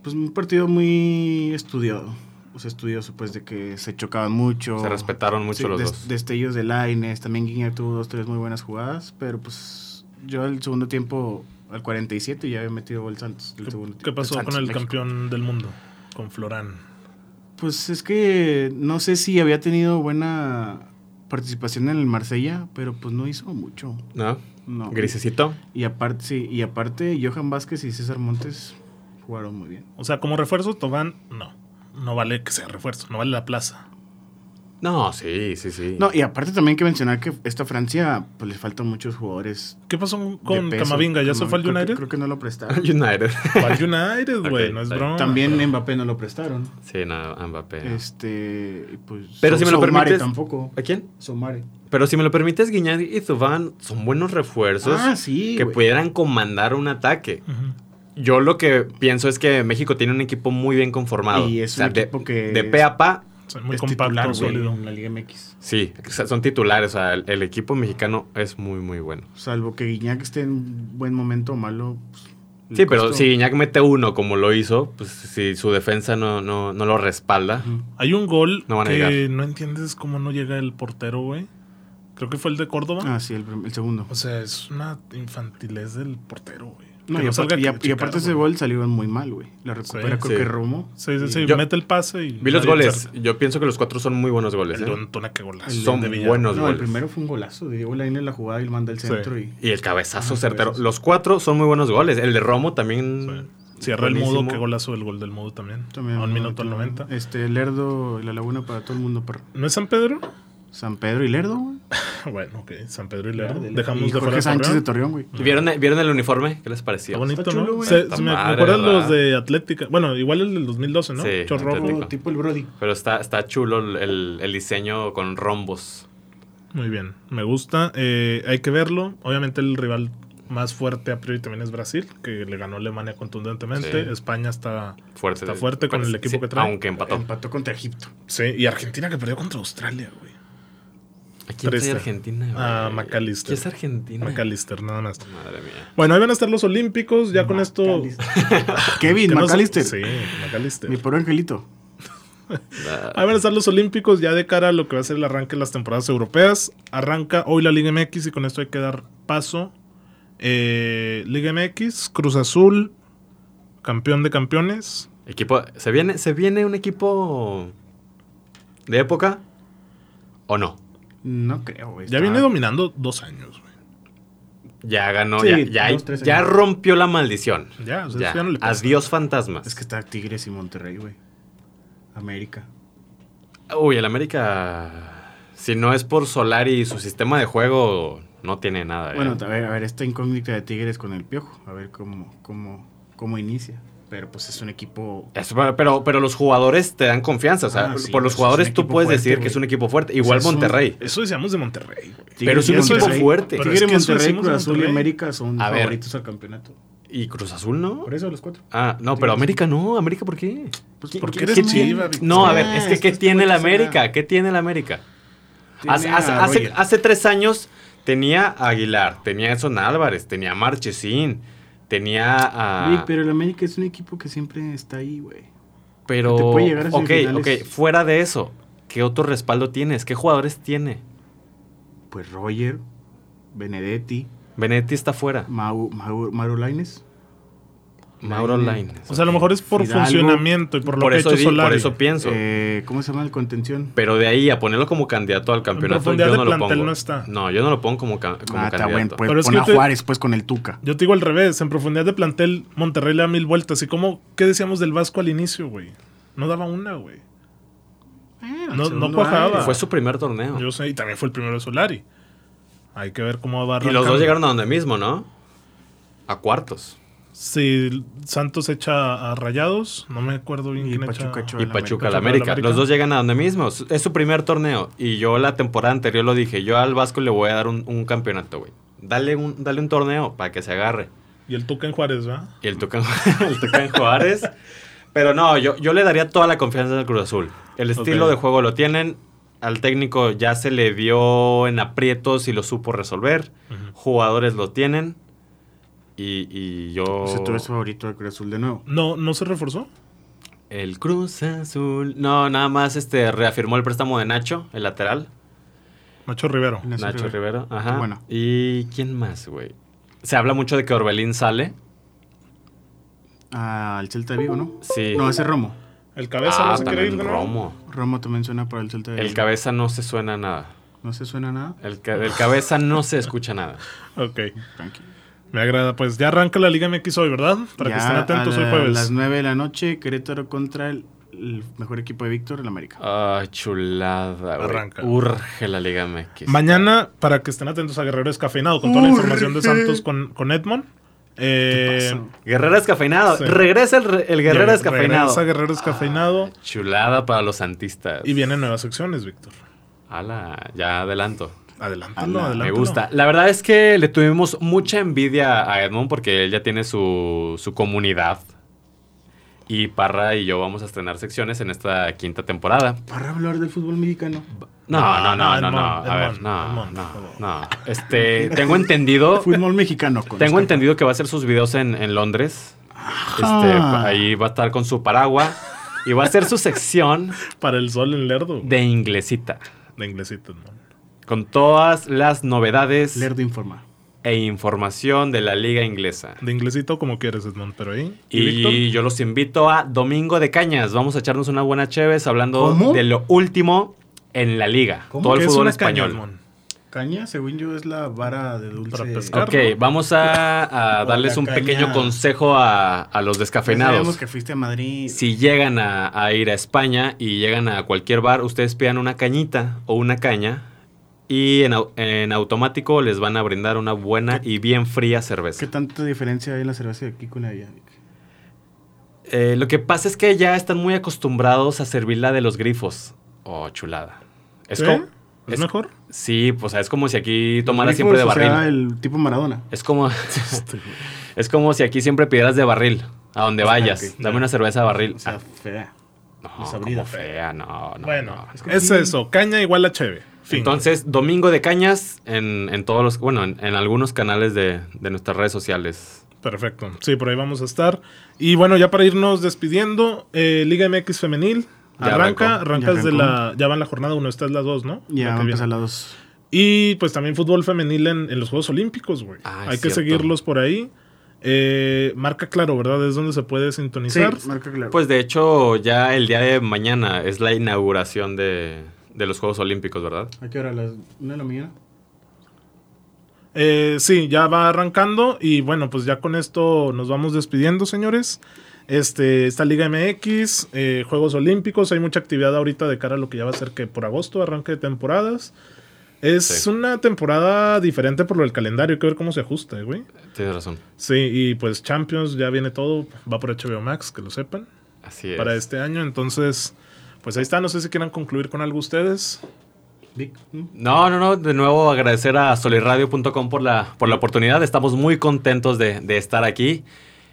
[SPEAKER 2] pues, un partido muy estudiado. O sea, estudioso, pues, de que se chocaban mucho.
[SPEAKER 3] Se respetaron mucho
[SPEAKER 2] Sí,
[SPEAKER 3] los
[SPEAKER 2] des-
[SPEAKER 3] dos.
[SPEAKER 2] Destellos de Laines. También Guiñac tuvo dos, tres muy buenas jugadas. Pero pues yo al segundo tiempo, al 47, ya había metido gol Santos. el
[SPEAKER 1] ¿Qué,
[SPEAKER 2] segundo
[SPEAKER 1] qué
[SPEAKER 2] tiempo.
[SPEAKER 1] pasó
[SPEAKER 2] Santos,
[SPEAKER 1] con el
[SPEAKER 2] México.
[SPEAKER 1] campeón del mundo? Con Florán.
[SPEAKER 2] Pues es que no sé si había tenido buena participación en el Marsella, pero pues no hizo mucho.
[SPEAKER 3] ¿No?
[SPEAKER 2] No.
[SPEAKER 3] Grisecito.
[SPEAKER 2] Y aparte, sí, y aparte Johan Vázquez y César Montes jugaron muy bien.
[SPEAKER 1] O sea, como refuerzo, Tobán, no. No vale que sea refuerzo, no vale la plaza.
[SPEAKER 3] No, sí, sí, sí.
[SPEAKER 2] No, y aparte también hay que mencionar que esta Francia, pues les faltan muchos jugadores.
[SPEAKER 1] ¿Qué pasó
[SPEAKER 2] de
[SPEAKER 1] con
[SPEAKER 2] peso.
[SPEAKER 1] Camavinga? ¿Ya se fue al
[SPEAKER 2] Creo que-
[SPEAKER 1] United?
[SPEAKER 2] Creo que no lo prestaron.
[SPEAKER 3] (laughs) United. (laughs)
[SPEAKER 1] Fue al United, güey, (laughs)
[SPEAKER 3] Ok,
[SPEAKER 1] no es
[SPEAKER 3] está bien.
[SPEAKER 1] broma.
[SPEAKER 2] también Mbappé no lo prestaron.
[SPEAKER 3] Sí, no, Mbappé. no.
[SPEAKER 2] Este, y pues
[SPEAKER 3] Pero
[SPEAKER 2] Sou-
[SPEAKER 3] si me lo
[SPEAKER 2] Soumare
[SPEAKER 3] permites-
[SPEAKER 2] tampoco.
[SPEAKER 3] ¿A quién?
[SPEAKER 2] Somare.
[SPEAKER 3] Pero si me lo permites, Guiñán y Zubán son buenos refuerzos.
[SPEAKER 2] Ah, sí.
[SPEAKER 3] que
[SPEAKER 2] güey.
[SPEAKER 3] pudieran comandar un ataque.
[SPEAKER 1] Ujú.
[SPEAKER 3] Yo lo que pienso es que México tiene un equipo muy bien conformado.
[SPEAKER 2] Y es
[SPEAKER 3] O sea,
[SPEAKER 2] un
[SPEAKER 3] de,
[SPEAKER 2] equipo que
[SPEAKER 3] de
[SPEAKER 2] es-
[SPEAKER 3] pe a pa,
[SPEAKER 1] Son muy
[SPEAKER 2] es
[SPEAKER 1] compacto,
[SPEAKER 2] titular, güey,
[SPEAKER 1] sólido.
[SPEAKER 2] en la Liga MX.
[SPEAKER 3] sí, o sea, son titulares. O sea, el, el equipo mexicano es muy, muy bueno.
[SPEAKER 2] Salvo que Guiñac esté en buen momento o malo. pues, le
[SPEAKER 3] Sí, pero
[SPEAKER 2] costó.
[SPEAKER 3] si Iñak mete uno como lo hizo, pues si su defensa no, no, no lo respalda.
[SPEAKER 2] Ujú.
[SPEAKER 1] Hay un gol
[SPEAKER 3] No van a
[SPEAKER 1] que
[SPEAKER 3] llegar.
[SPEAKER 1] no entiendes cómo no llega el portero, güey. Creo que fue el de Córdoba.
[SPEAKER 2] Ah, sí, el, prim- el segundo.
[SPEAKER 1] O sea, es una infantilez del portero, güey.
[SPEAKER 2] No,
[SPEAKER 1] Que
[SPEAKER 2] y,
[SPEAKER 1] salga
[SPEAKER 2] aparte, y a- y
[SPEAKER 1] que
[SPEAKER 2] aparte
[SPEAKER 1] checar,
[SPEAKER 2] ese
[SPEAKER 1] güey.
[SPEAKER 2] gol salió muy mal, güey. La recupera
[SPEAKER 1] Sí.
[SPEAKER 2] creo
[SPEAKER 3] Sí.
[SPEAKER 2] que Romo.
[SPEAKER 1] Sí, sí,
[SPEAKER 2] Y-
[SPEAKER 1] sí.
[SPEAKER 3] Yo-
[SPEAKER 1] mete el pase y.
[SPEAKER 3] Vi los
[SPEAKER 1] nadie
[SPEAKER 3] goles.
[SPEAKER 1] cerca.
[SPEAKER 3] Yo pienso que los cuatro son muy buenos goles.
[SPEAKER 1] El
[SPEAKER 3] ¿eh?
[SPEAKER 1] de Antuna, qué golazo.
[SPEAKER 2] El
[SPEAKER 3] Son
[SPEAKER 1] de Villar.
[SPEAKER 3] buenos
[SPEAKER 2] No, el
[SPEAKER 3] goles.
[SPEAKER 2] primero fue un golazo de Diego Lainez la jugada y él manda el
[SPEAKER 1] Sí.
[SPEAKER 2] centro
[SPEAKER 3] Y el cabezazo
[SPEAKER 2] Ah,
[SPEAKER 3] certero.
[SPEAKER 2] cabezazos.
[SPEAKER 3] Los cuatro son muy buenos goles. El de Romo también.
[SPEAKER 1] Sí. Cierra el mudo,
[SPEAKER 3] buenísimo.
[SPEAKER 1] qué golazo el gol del mudo también.
[SPEAKER 2] y Mm, también
[SPEAKER 1] a un
[SPEAKER 2] no,
[SPEAKER 1] minuto al
[SPEAKER 2] no,
[SPEAKER 1] 90.
[SPEAKER 2] Este, Lerdo y la Laguna para todo el mundo, perro.
[SPEAKER 1] ¿No es San Pedro? (laughs)
[SPEAKER 2] San Pedro y Lerdo, güey.
[SPEAKER 1] Bueno, ok. San Pedro y Lerdo.
[SPEAKER 2] Lerdo.
[SPEAKER 1] Dejamos
[SPEAKER 2] y
[SPEAKER 1] de fuera
[SPEAKER 2] Jorge
[SPEAKER 1] a
[SPEAKER 2] Sánchez
[SPEAKER 1] Torreón.
[SPEAKER 2] de Torreón, güey.
[SPEAKER 3] ¿Y ¿Vieron, ¿Vieron el uniforme? ¿Qué les parecía?
[SPEAKER 1] Está bonito,
[SPEAKER 2] Está
[SPEAKER 1] ¿no?
[SPEAKER 2] chulo, güey.
[SPEAKER 1] Se-
[SPEAKER 3] Está
[SPEAKER 1] se me, me
[SPEAKER 3] madre,
[SPEAKER 1] acuerdan
[SPEAKER 3] ¿verdad?
[SPEAKER 1] los de Atlética. Bueno, igual el del 2012, ¿no?
[SPEAKER 3] Sí,
[SPEAKER 1] Chorro rojo.
[SPEAKER 3] Atlético.
[SPEAKER 2] tipo el Brody.
[SPEAKER 3] Pero está, está chulo el, el- el diseño con rombos.
[SPEAKER 1] Muy bien. Me gusta. Eh, hay que verlo. Obviamente el rival más fuerte a priori también es Brasil, que le ganó a Alemania contundentemente.
[SPEAKER 3] Sí.
[SPEAKER 1] España está...
[SPEAKER 3] Fuerte.
[SPEAKER 1] Está fuerte con el equipo que trae.
[SPEAKER 3] Aunque empató.
[SPEAKER 2] Empató contra Egipto.
[SPEAKER 1] Sí, y Argentina que perdió contra Australia, güey.
[SPEAKER 3] ¿A quién trae
[SPEAKER 1] Triste.
[SPEAKER 3] Argentina? güey?
[SPEAKER 1] Ah, McAllister.
[SPEAKER 3] ¿Quién es Argentina?
[SPEAKER 1] McAllister, nada más.
[SPEAKER 3] Madre mía.
[SPEAKER 1] Bueno, ahí van a estar los Olímpicos. Ya con esto... (laughs)
[SPEAKER 2] Kevin
[SPEAKER 1] que no se-
[SPEAKER 2] McAllister.
[SPEAKER 1] Sí, McAllister.
[SPEAKER 2] Mi pobre angelito.
[SPEAKER 3] Ah,
[SPEAKER 1] Ahí van a estar los Olímpicos ya de cara a lo que va a ser el arranque de las temporadas europeas. Arranca hoy la Liga MX y con esto hay que dar paso. Eh, Liga MX, Cruz Azul, campeón de campeones.
[SPEAKER 3] Equipo. ¿Se viene, ¿Se viene un equipo de época? ¿O no?
[SPEAKER 2] No creo, güey.
[SPEAKER 1] Ya
[SPEAKER 2] Está-
[SPEAKER 1] viene dominando dos años. güey.
[SPEAKER 3] Ya ganó,
[SPEAKER 2] Sí,
[SPEAKER 3] ya, ya,
[SPEAKER 2] dos, tres
[SPEAKER 3] ya
[SPEAKER 2] años. Pues
[SPEAKER 3] rompió la maldición.
[SPEAKER 1] Ya, o sea,
[SPEAKER 3] Ya.
[SPEAKER 1] eso ya no le pasa.
[SPEAKER 3] Adiós fantasmas.
[SPEAKER 2] Es que está Tigres y Monterrey, güey. América.
[SPEAKER 3] Uy, el América, si no es por Solari y su sistema de juego, no tiene nada. ¿eh?
[SPEAKER 2] Bueno, a ver, a ver, esta incógnita de Tigres con el Piojo. A ver cómo, cómo, cómo inicia. Pero pues es un equipo...
[SPEAKER 3] Es- pero, pero los jugadores te dan confianza. O sea,
[SPEAKER 2] Ah, sí,
[SPEAKER 3] por los
[SPEAKER 2] pues, es
[SPEAKER 3] jugadores
[SPEAKER 2] un
[SPEAKER 3] tú
[SPEAKER 2] equipo
[SPEAKER 3] puedes
[SPEAKER 2] fuerte,
[SPEAKER 3] decir que
[SPEAKER 2] güey.
[SPEAKER 3] es un equipo fuerte. Igual
[SPEAKER 2] es un-
[SPEAKER 3] Monterrey.
[SPEAKER 1] Eso decíamos de Monterrey, güey.
[SPEAKER 3] Pero es un
[SPEAKER 2] y
[SPEAKER 3] equipo
[SPEAKER 2] Monterrey-
[SPEAKER 3] fuerte.
[SPEAKER 1] Pero
[SPEAKER 2] Tigres,
[SPEAKER 1] es que eso
[SPEAKER 2] Monterrey,
[SPEAKER 1] decimos
[SPEAKER 2] Cruz Azul y
[SPEAKER 1] Monterrey.
[SPEAKER 2] América son
[SPEAKER 3] A ver.
[SPEAKER 2] favoritos al campeonato.
[SPEAKER 3] Y Cruz Azul, ¿no?
[SPEAKER 2] Por eso los cuatro.
[SPEAKER 3] Ah, no, pero América no. ¿América por qué?
[SPEAKER 2] Pues,
[SPEAKER 1] ¿Por qué
[SPEAKER 2] ¿quién
[SPEAKER 1] eres
[SPEAKER 2] tiene?
[SPEAKER 1] chiva, Víctor?
[SPEAKER 3] No, a ver,
[SPEAKER 2] Ah,
[SPEAKER 3] es que
[SPEAKER 2] es
[SPEAKER 3] ¿qué
[SPEAKER 2] que
[SPEAKER 3] tiene el
[SPEAKER 2] este güey
[SPEAKER 3] América?
[SPEAKER 2] es una-
[SPEAKER 3] ¿Qué tiene el América?
[SPEAKER 2] Tiene
[SPEAKER 3] Hace,
[SPEAKER 2] a
[SPEAKER 3] hace- hace-
[SPEAKER 2] Roger.
[SPEAKER 3] hace tres años tenía a Aguilar, tenía a Edson Álvarez, tenía a Marchesín, tenía a...
[SPEAKER 2] Vic, pero el América es un equipo que siempre está ahí, güey.
[SPEAKER 3] Pero.
[SPEAKER 2] Te puede llegar a
[SPEAKER 3] ok,
[SPEAKER 2] semifinales.
[SPEAKER 3] ok, fuera de eso, ¿qué otro respaldo tienes? ¿Qué jugadores tiene?
[SPEAKER 2] Pues Roger, Benedetti,
[SPEAKER 3] Benetti está fuera.
[SPEAKER 2] Mau, Mau- Mauro Laines.
[SPEAKER 3] Mauro
[SPEAKER 2] Lainez.
[SPEAKER 3] Lainez.
[SPEAKER 1] O sea, a lo mejor es por
[SPEAKER 2] Fidalgo.
[SPEAKER 1] funcionamiento y por lo
[SPEAKER 3] por
[SPEAKER 1] que ha
[SPEAKER 3] eso,
[SPEAKER 1] hecho
[SPEAKER 3] di-
[SPEAKER 1] Solari.
[SPEAKER 3] por eso pienso.
[SPEAKER 2] Eh, ¿Cómo se llama el contención?
[SPEAKER 3] Pero de ahí a ponerlo como candidato al campeonato,
[SPEAKER 1] profundidad
[SPEAKER 3] yo
[SPEAKER 1] de
[SPEAKER 3] no lo
[SPEAKER 1] plantel
[SPEAKER 3] pongo.
[SPEAKER 1] no está.
[SPEAKER 3] No, yo no lo pongo como, ca- como
[SPEAKER 2] Ah, está
[SPEAKER 3] candidato.
[SPEAKER 2] bueno. Pues
[SPEAKER 1] Pero es
[SPEAKER 2] pon
[SPEAKER 1] que
[SPEAKER 2] a
[SPEAKER 1] te-
[SPEAKER 2] Juárez, pues con el Tuca.
[SPEAKER 1] Yo te digo al revés, en profundidad de plantel, Monterrey le da mil vueltas. ¿Y cómo, qué decíamos del Vasco al inicio, güey? No daba una, güey.
[SPEAKER 2] Bueno,
[SPEAKER 1] no
[SPEAKER 2] el segundo
[SPEAKER 1] cuajaba.
[SPEAKER 2] aire.
[SPEAKER 3] Fue su primer torneo.
[SPEAKER 1] Yo sé, y también fue el primero de Solari. Hay que ver cómo va a
[SPEAKER 3] y los
[SPEAKER 1] arrancar.
[SPEAKER 3] dos llegaron a donde mismo, ¿no? A cuartos.
[SPEAKER 1] Si Santos echa a Rayados, no me acuerdo bien
[SPEAKER 2] Y
[SPEAKER 1] quién
[SPEAKER 2] Pachuca
[SPEAKER 1] echa.
[SPEAKER 2] echó
[SPEAKER 3] Y
[SPEAKER 2] Al
[SPEAKER 1] América.
[SPEAKER 3] Pachuca al América.
[SPEAKER 1] América.
[SPEAKER 3] Los dos llegan a donde mismo. Su- Es su primer torneo. Y yo la temporada anterior lo dije. Yo al Vasco le voy a dar un, un campeonato, güey. Dale un, dale un torneo para que se agarre.
[SPEAKER 1] Y el Tuca en Juárez, ¿va?
[SPEAKER 3] Y el Tucán, (laughs) el Tucán Juárez. Pero no, yo, yo le daría toda la confianza al Cruz Azul. El estilo
[SPEAKER 1] Ok.
[SPEAKER 3] de juego lo tienen. Al técnico ya se le vio en aprietos y lo supo resolver. Jugadores lo tienen. Y, y yo.
[SPEAKER 2] O sea, tú eres favorito del Cruz Azul de nuevo.
[SPEAKER 1] No, no se reforzó.
[SPEAKER 3] El Cruz Azul. No, nada más este reafirmó el préstamo de Nacho, el lateral.
[SPEAKER 1] Macho Rivero.
[SPEAKER 2] Ignacio
[SPEAKER 3] Nacho
[SPEAKER 2] Rivera.
[SPEAKER 3] Rivero. Ajá.
[SPEAKER 2] Bueno.
[SPEAKER 3] ¿Y quién más, güey? Se habla mucho de que Orbelín sale.
[SPEAKER 2] Ah, al Celta de Vigo, ¿no?
[SPEAKER 3] Sí.
[SPEAKER 2] No, ese es Romo.
[SPEAKER 1] El
[SPEAKER 3] ah,
[SPEAKER 1] cabeza no se quiere
[SPEAKER 3] también
[SPEAKER 1] ir de nuevo?
[SPEAKER 3] Romo.
[SPEAKER 2] Romo también suena para el Celta de Vigo.
[SPEAKER 3] El cabeza no se suena a nada.
[SPEAKER 2] No se suena nada.
[SPEAKER 3] El, ca- del cabeza no se escucha nada.
[SPEAKER 1] Ok.
[SPEAKER 2] Tranquilo.
[SPEAKER 1] Me agrada. Pues ya arranca la Liga MX hoy, ¿verdad? Para
[SPEAKER 2] Ya
[SPEAKER 1] que estén atentos
[SPEAKER 2] a
[SPEAKER 1] hoy
[SPEAKER 2] la-
[SPEAKER 1] jueves.
[SPEAKER 2] las 9 de la noche, Querétaro contra el, el mejor equipo de Víctor, el América.
[SPEAKER 3] Ay, chulada, güey.
[SPEAKER 1] Arranca.
[SPEAKER 3] Urge la Liga MX.
[SPEAKER 1] Mañana, para que estén atentos a Guerrero Escafeinado, con toda la información de Santos con, con Edmond. Eh,
[SPEAKER 2] Paso.
[SPEAKER 3] Guerrero descafeinado.
[SPEAKER 1] Sí.
[SPEAKER 3] Regresa el, re- el Guerrero
[SPEAKER 1] re-
[SPEAKER 3] descafeinado.
[SPEAKER 1] regresa Guerrero Descafeinado.
[SPEAKER 3] Ah, pues. chulada para los santistas.
[SPEAKER 1] y vienen nuevas secciones, Víctor.
[SPEAKER 3] Ala, ya adelanto.
[SPEAKER 1] Adelántalo,
[SPEAKER 2] Ala,
[SPEAKER 1] adelántalo.
[SPEAKER 2] me
[SPEAKER 3] Ah, Me gusta. La verdad es que le tuvimos mucha envidia a Edmond porque él ya tiene su, su comunidad. Y Parra y yo vamos a estrenar secciones en esta quinta temporada.
[SPEAKER 2] Para hablar del fútbol mexicano.
[SPEAKER 3] No, no, no, no,
[SPEAKER 1] Edmond,
[SPEAKER 3] no. A ver,
[SPEAKER 1] Edmond,
[SPEAKER 3] no,
[SPEAKER 1] Edmond,
[SPEAKER 3] no,
[SPEAKER 1] por favor.
[SPEAKER 3] no. Este, tengo entendido,
[SPEAKER 2] Fútbol mexicano. con
[SPEAKER 3] tengo
[SPEAKER 2] esta-
[SPEAKER 3] entendido que va a hacer sus videos en, en Londres. Este,
[SPEAKER 2] Ajá.
[SPEAKER 3] ahí va a estar con su paraguas y va a hacer su sección
[SPEAKER 1] Para el sol en Lerdo. De,
[SPEAKER 3] de inglesita.
[SPEAKER 1] inglesitos, ¿no?
[SPEAKER 3] Con todas las novedades
[SPEAKER 2] Lerdo informa.
[SPEAKER 3] e información de la liga inglesa.
[SPEAKER 1] De inglesito como quieres, Edmond, pero ahí.
[SPEAKER 3] Y
[SPEAKER 1] Víctor?
[SPEAKER 3] yo los invito a Domingo de Cañas. Vamos a echarnos una buena chévez hablando
[SPEAKER 2] ¿Cómo?
[SPEAKER 3] de lo último en la liga.
[SPEAKER 2] ¿Cómo
[SPEAKER 3] Todo el
[SPEAKER 1] ¿Qué
[SPEAKER 3] fútbol
[SPEAKER 1] una caña,
[SPEAKER 3] español.
[SPEAKER 1] Edmond?
[SPEAKER 2] Caña, según yo, es la vara de dulce.
[SPEAKER 1] Para pescar.
[SPEAKER 3] ok, vamos a,
[SPEAKER 2] (laughs)
[SPEAKER 3] a
[SPEAKER 2] O
[SPEAKER 3] darles
[SPEAKER 2] la
[SPEAKER 3] un
[SPEAKER 2] caña.
[SPEAKER 3] pequeño consejo a, a
[SPEAKER 2] Ya sabemos
[SPEAKER 3] los descafeinados.
[SPEAKER 2] que fuiste a Madrid.
[SPEAKER 3] Si llegan a, a ir a España y llegan a cualquier bar, ustedes pidan una cañita o una caña y en, au- en automático les van a brindar una buena y bien fría cerveza.
[SPEAKER 2] ¿Qué tanta diferencia hay en la cerveza de aquí con la de allá?
[SPEAKER 3] Eh, lo que pasa es que ya están muy acostumbrados a servirla de los grifos. Oh, chulada. Es
[SPEAKER 2] ¿Eh?
[SPEAKER 1] ¿Sí?
[SPEAKER 3] como.
[SPEAKER 1] ¿Es,
[SPEAKER 3] es-
[SPEAKER 1] mejor?
[SPEAKER 3] Sí, pues o sea, es como si aquí tomaras
[SPEAKER 2] Ricos,
[SPEAKER 3] siempre de
[SPEAKER 2] o sea,
[SPEAKER 3] barril.
[SPEAKER 2] el tipo Maradona.
[SPEAKER 3] Es como.
[SPEAKER 2] (laughs)
[SPEAKER 3] (laughs) es como si aquí siempre pidieras de barril. A donde vayas.
[SPEAKER 2] Ah, ok.
[SPEAKER 3] Dame una cerveza de barril.
[SPEAKER 2] O sea,
[SPEAKER 3] Ah,
[SPEAKER 2] fea.
[SPEAKER 3] no,
[SPEAKER 2] desabrida.
[SPEAKER 3] como fea, no, no,
[SPEAKER 1] bueno,
[SPEAKER 3] no.
[SPEAKER 1] es, eso. Caña igual a cheve. Fin.
[SPEAKER 3] Entonces, Domingo de Cañas en, en todos los. Bueno, en, en algunos canales de, de nuestras redes sociales.
[SPEAKER 1] Perfecto. Sí, por ahí vamos a estar. Y bueno, ya para irnos despidiendo, eh, Liga MX Femenil.
[SPEAKER 3] Ya
[SPEAKER 1] Arranca,
[SPEAKER 3] arrancó.
[SPEAKER 1] arrancas
[SPEAKER 2] Ya
[SPEAKER 1] de
[SPEAKER 2] arrancó.
[SPEAKER 1] la. Ya van la jornada 1, esta es la 2, ¿no? La
[SPEAKER 2] Ya
[SPEAKER 1] que
[SPEAKER 2] va a
[SPEAKER 1] viene.
[SPEAKER 2] empezar la dos.
[SPEAKER 1] Y pues también fútbol femenil en, en los Juegos Olímpicos, güey.
[SPEAKER 3] Ah, es
[SPEAKER 1] Hay que
[SPEAKER 3] cierto.
[SPEAKER 1] seguirlos por ahí. Eh, marca claro, ¿verdad? Es donde se puede sintonizar.
[SPEAKER 2] marca claro.
[SPEAKER 3] Pues de hecho, ya el día de mañana es la inauguración de, de los Juegos Olímpicos, ¿verdad?
[SPEAKER 2] ¿A qué hora? ¿A las una de la mañana?
[SPEAKER 1] Eh, sí, ya va arrancando. Y bueno, pues ya con esto nos vamos despidiendo, señores. Este, esta Liga MX, eh, Juegos Olímpicos, hay mucha actividad ahorita de cara a lo que ya va a ser que por agosto, arranque de temporadas. Es
[SPEAKER 3] Sí.
[SPEAKER 1] una temporada diferente por lo del calendario, hay que ver cómo se ajusta, eh, güey.
[SPEAKER 3] Tienes razón.
[SPEAKER 1] Sí, y pues Champions ya viene todo, va por HBO Max, que lo sepan,
[SPEAKER 3] Así es.
[SPEAKER 1] para este año. Entonces, pues ahí está, no sé si quieran concluir con algo ustedes.
[SPEAKER 2] Vic, ¿no?
[SPEAKER 3] No, no, no. De nuevo agradecer a solirradio.com por la, por la oportunidad. Estamos muy contentos de, de estar aquí.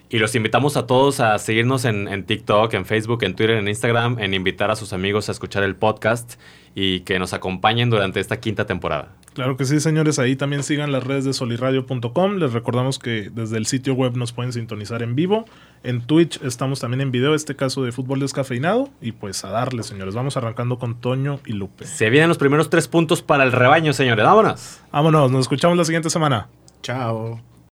[SPEAKER 3] Y los invitamos a todos a seguirnos en, en TikTok, en Facebook, en Twitter, en Instagram, en invitar a sus amigos a escuchar el podcast y que nos acompañen durante esta quinta temporada.
[SPEAKER 1] Claro que sí, señores. Ahí también sigan las redes de soliradio.com. Les recordamos que desde el sitio web nos pueden sintonizar en vivo. En Twitch estamos también en video, este caso de fútbol descafeinado. Y pues a darle, señores. Vamos arrancando con Toño y Lupe.
[SPEAKER 3] Se vienen los primeros tres puntos para el rebaño, señores. Vámonos.
[SPEAKER 1] Vámonos, nos escuchamos la siguiente semana.
[SPEAKER 2] Chao.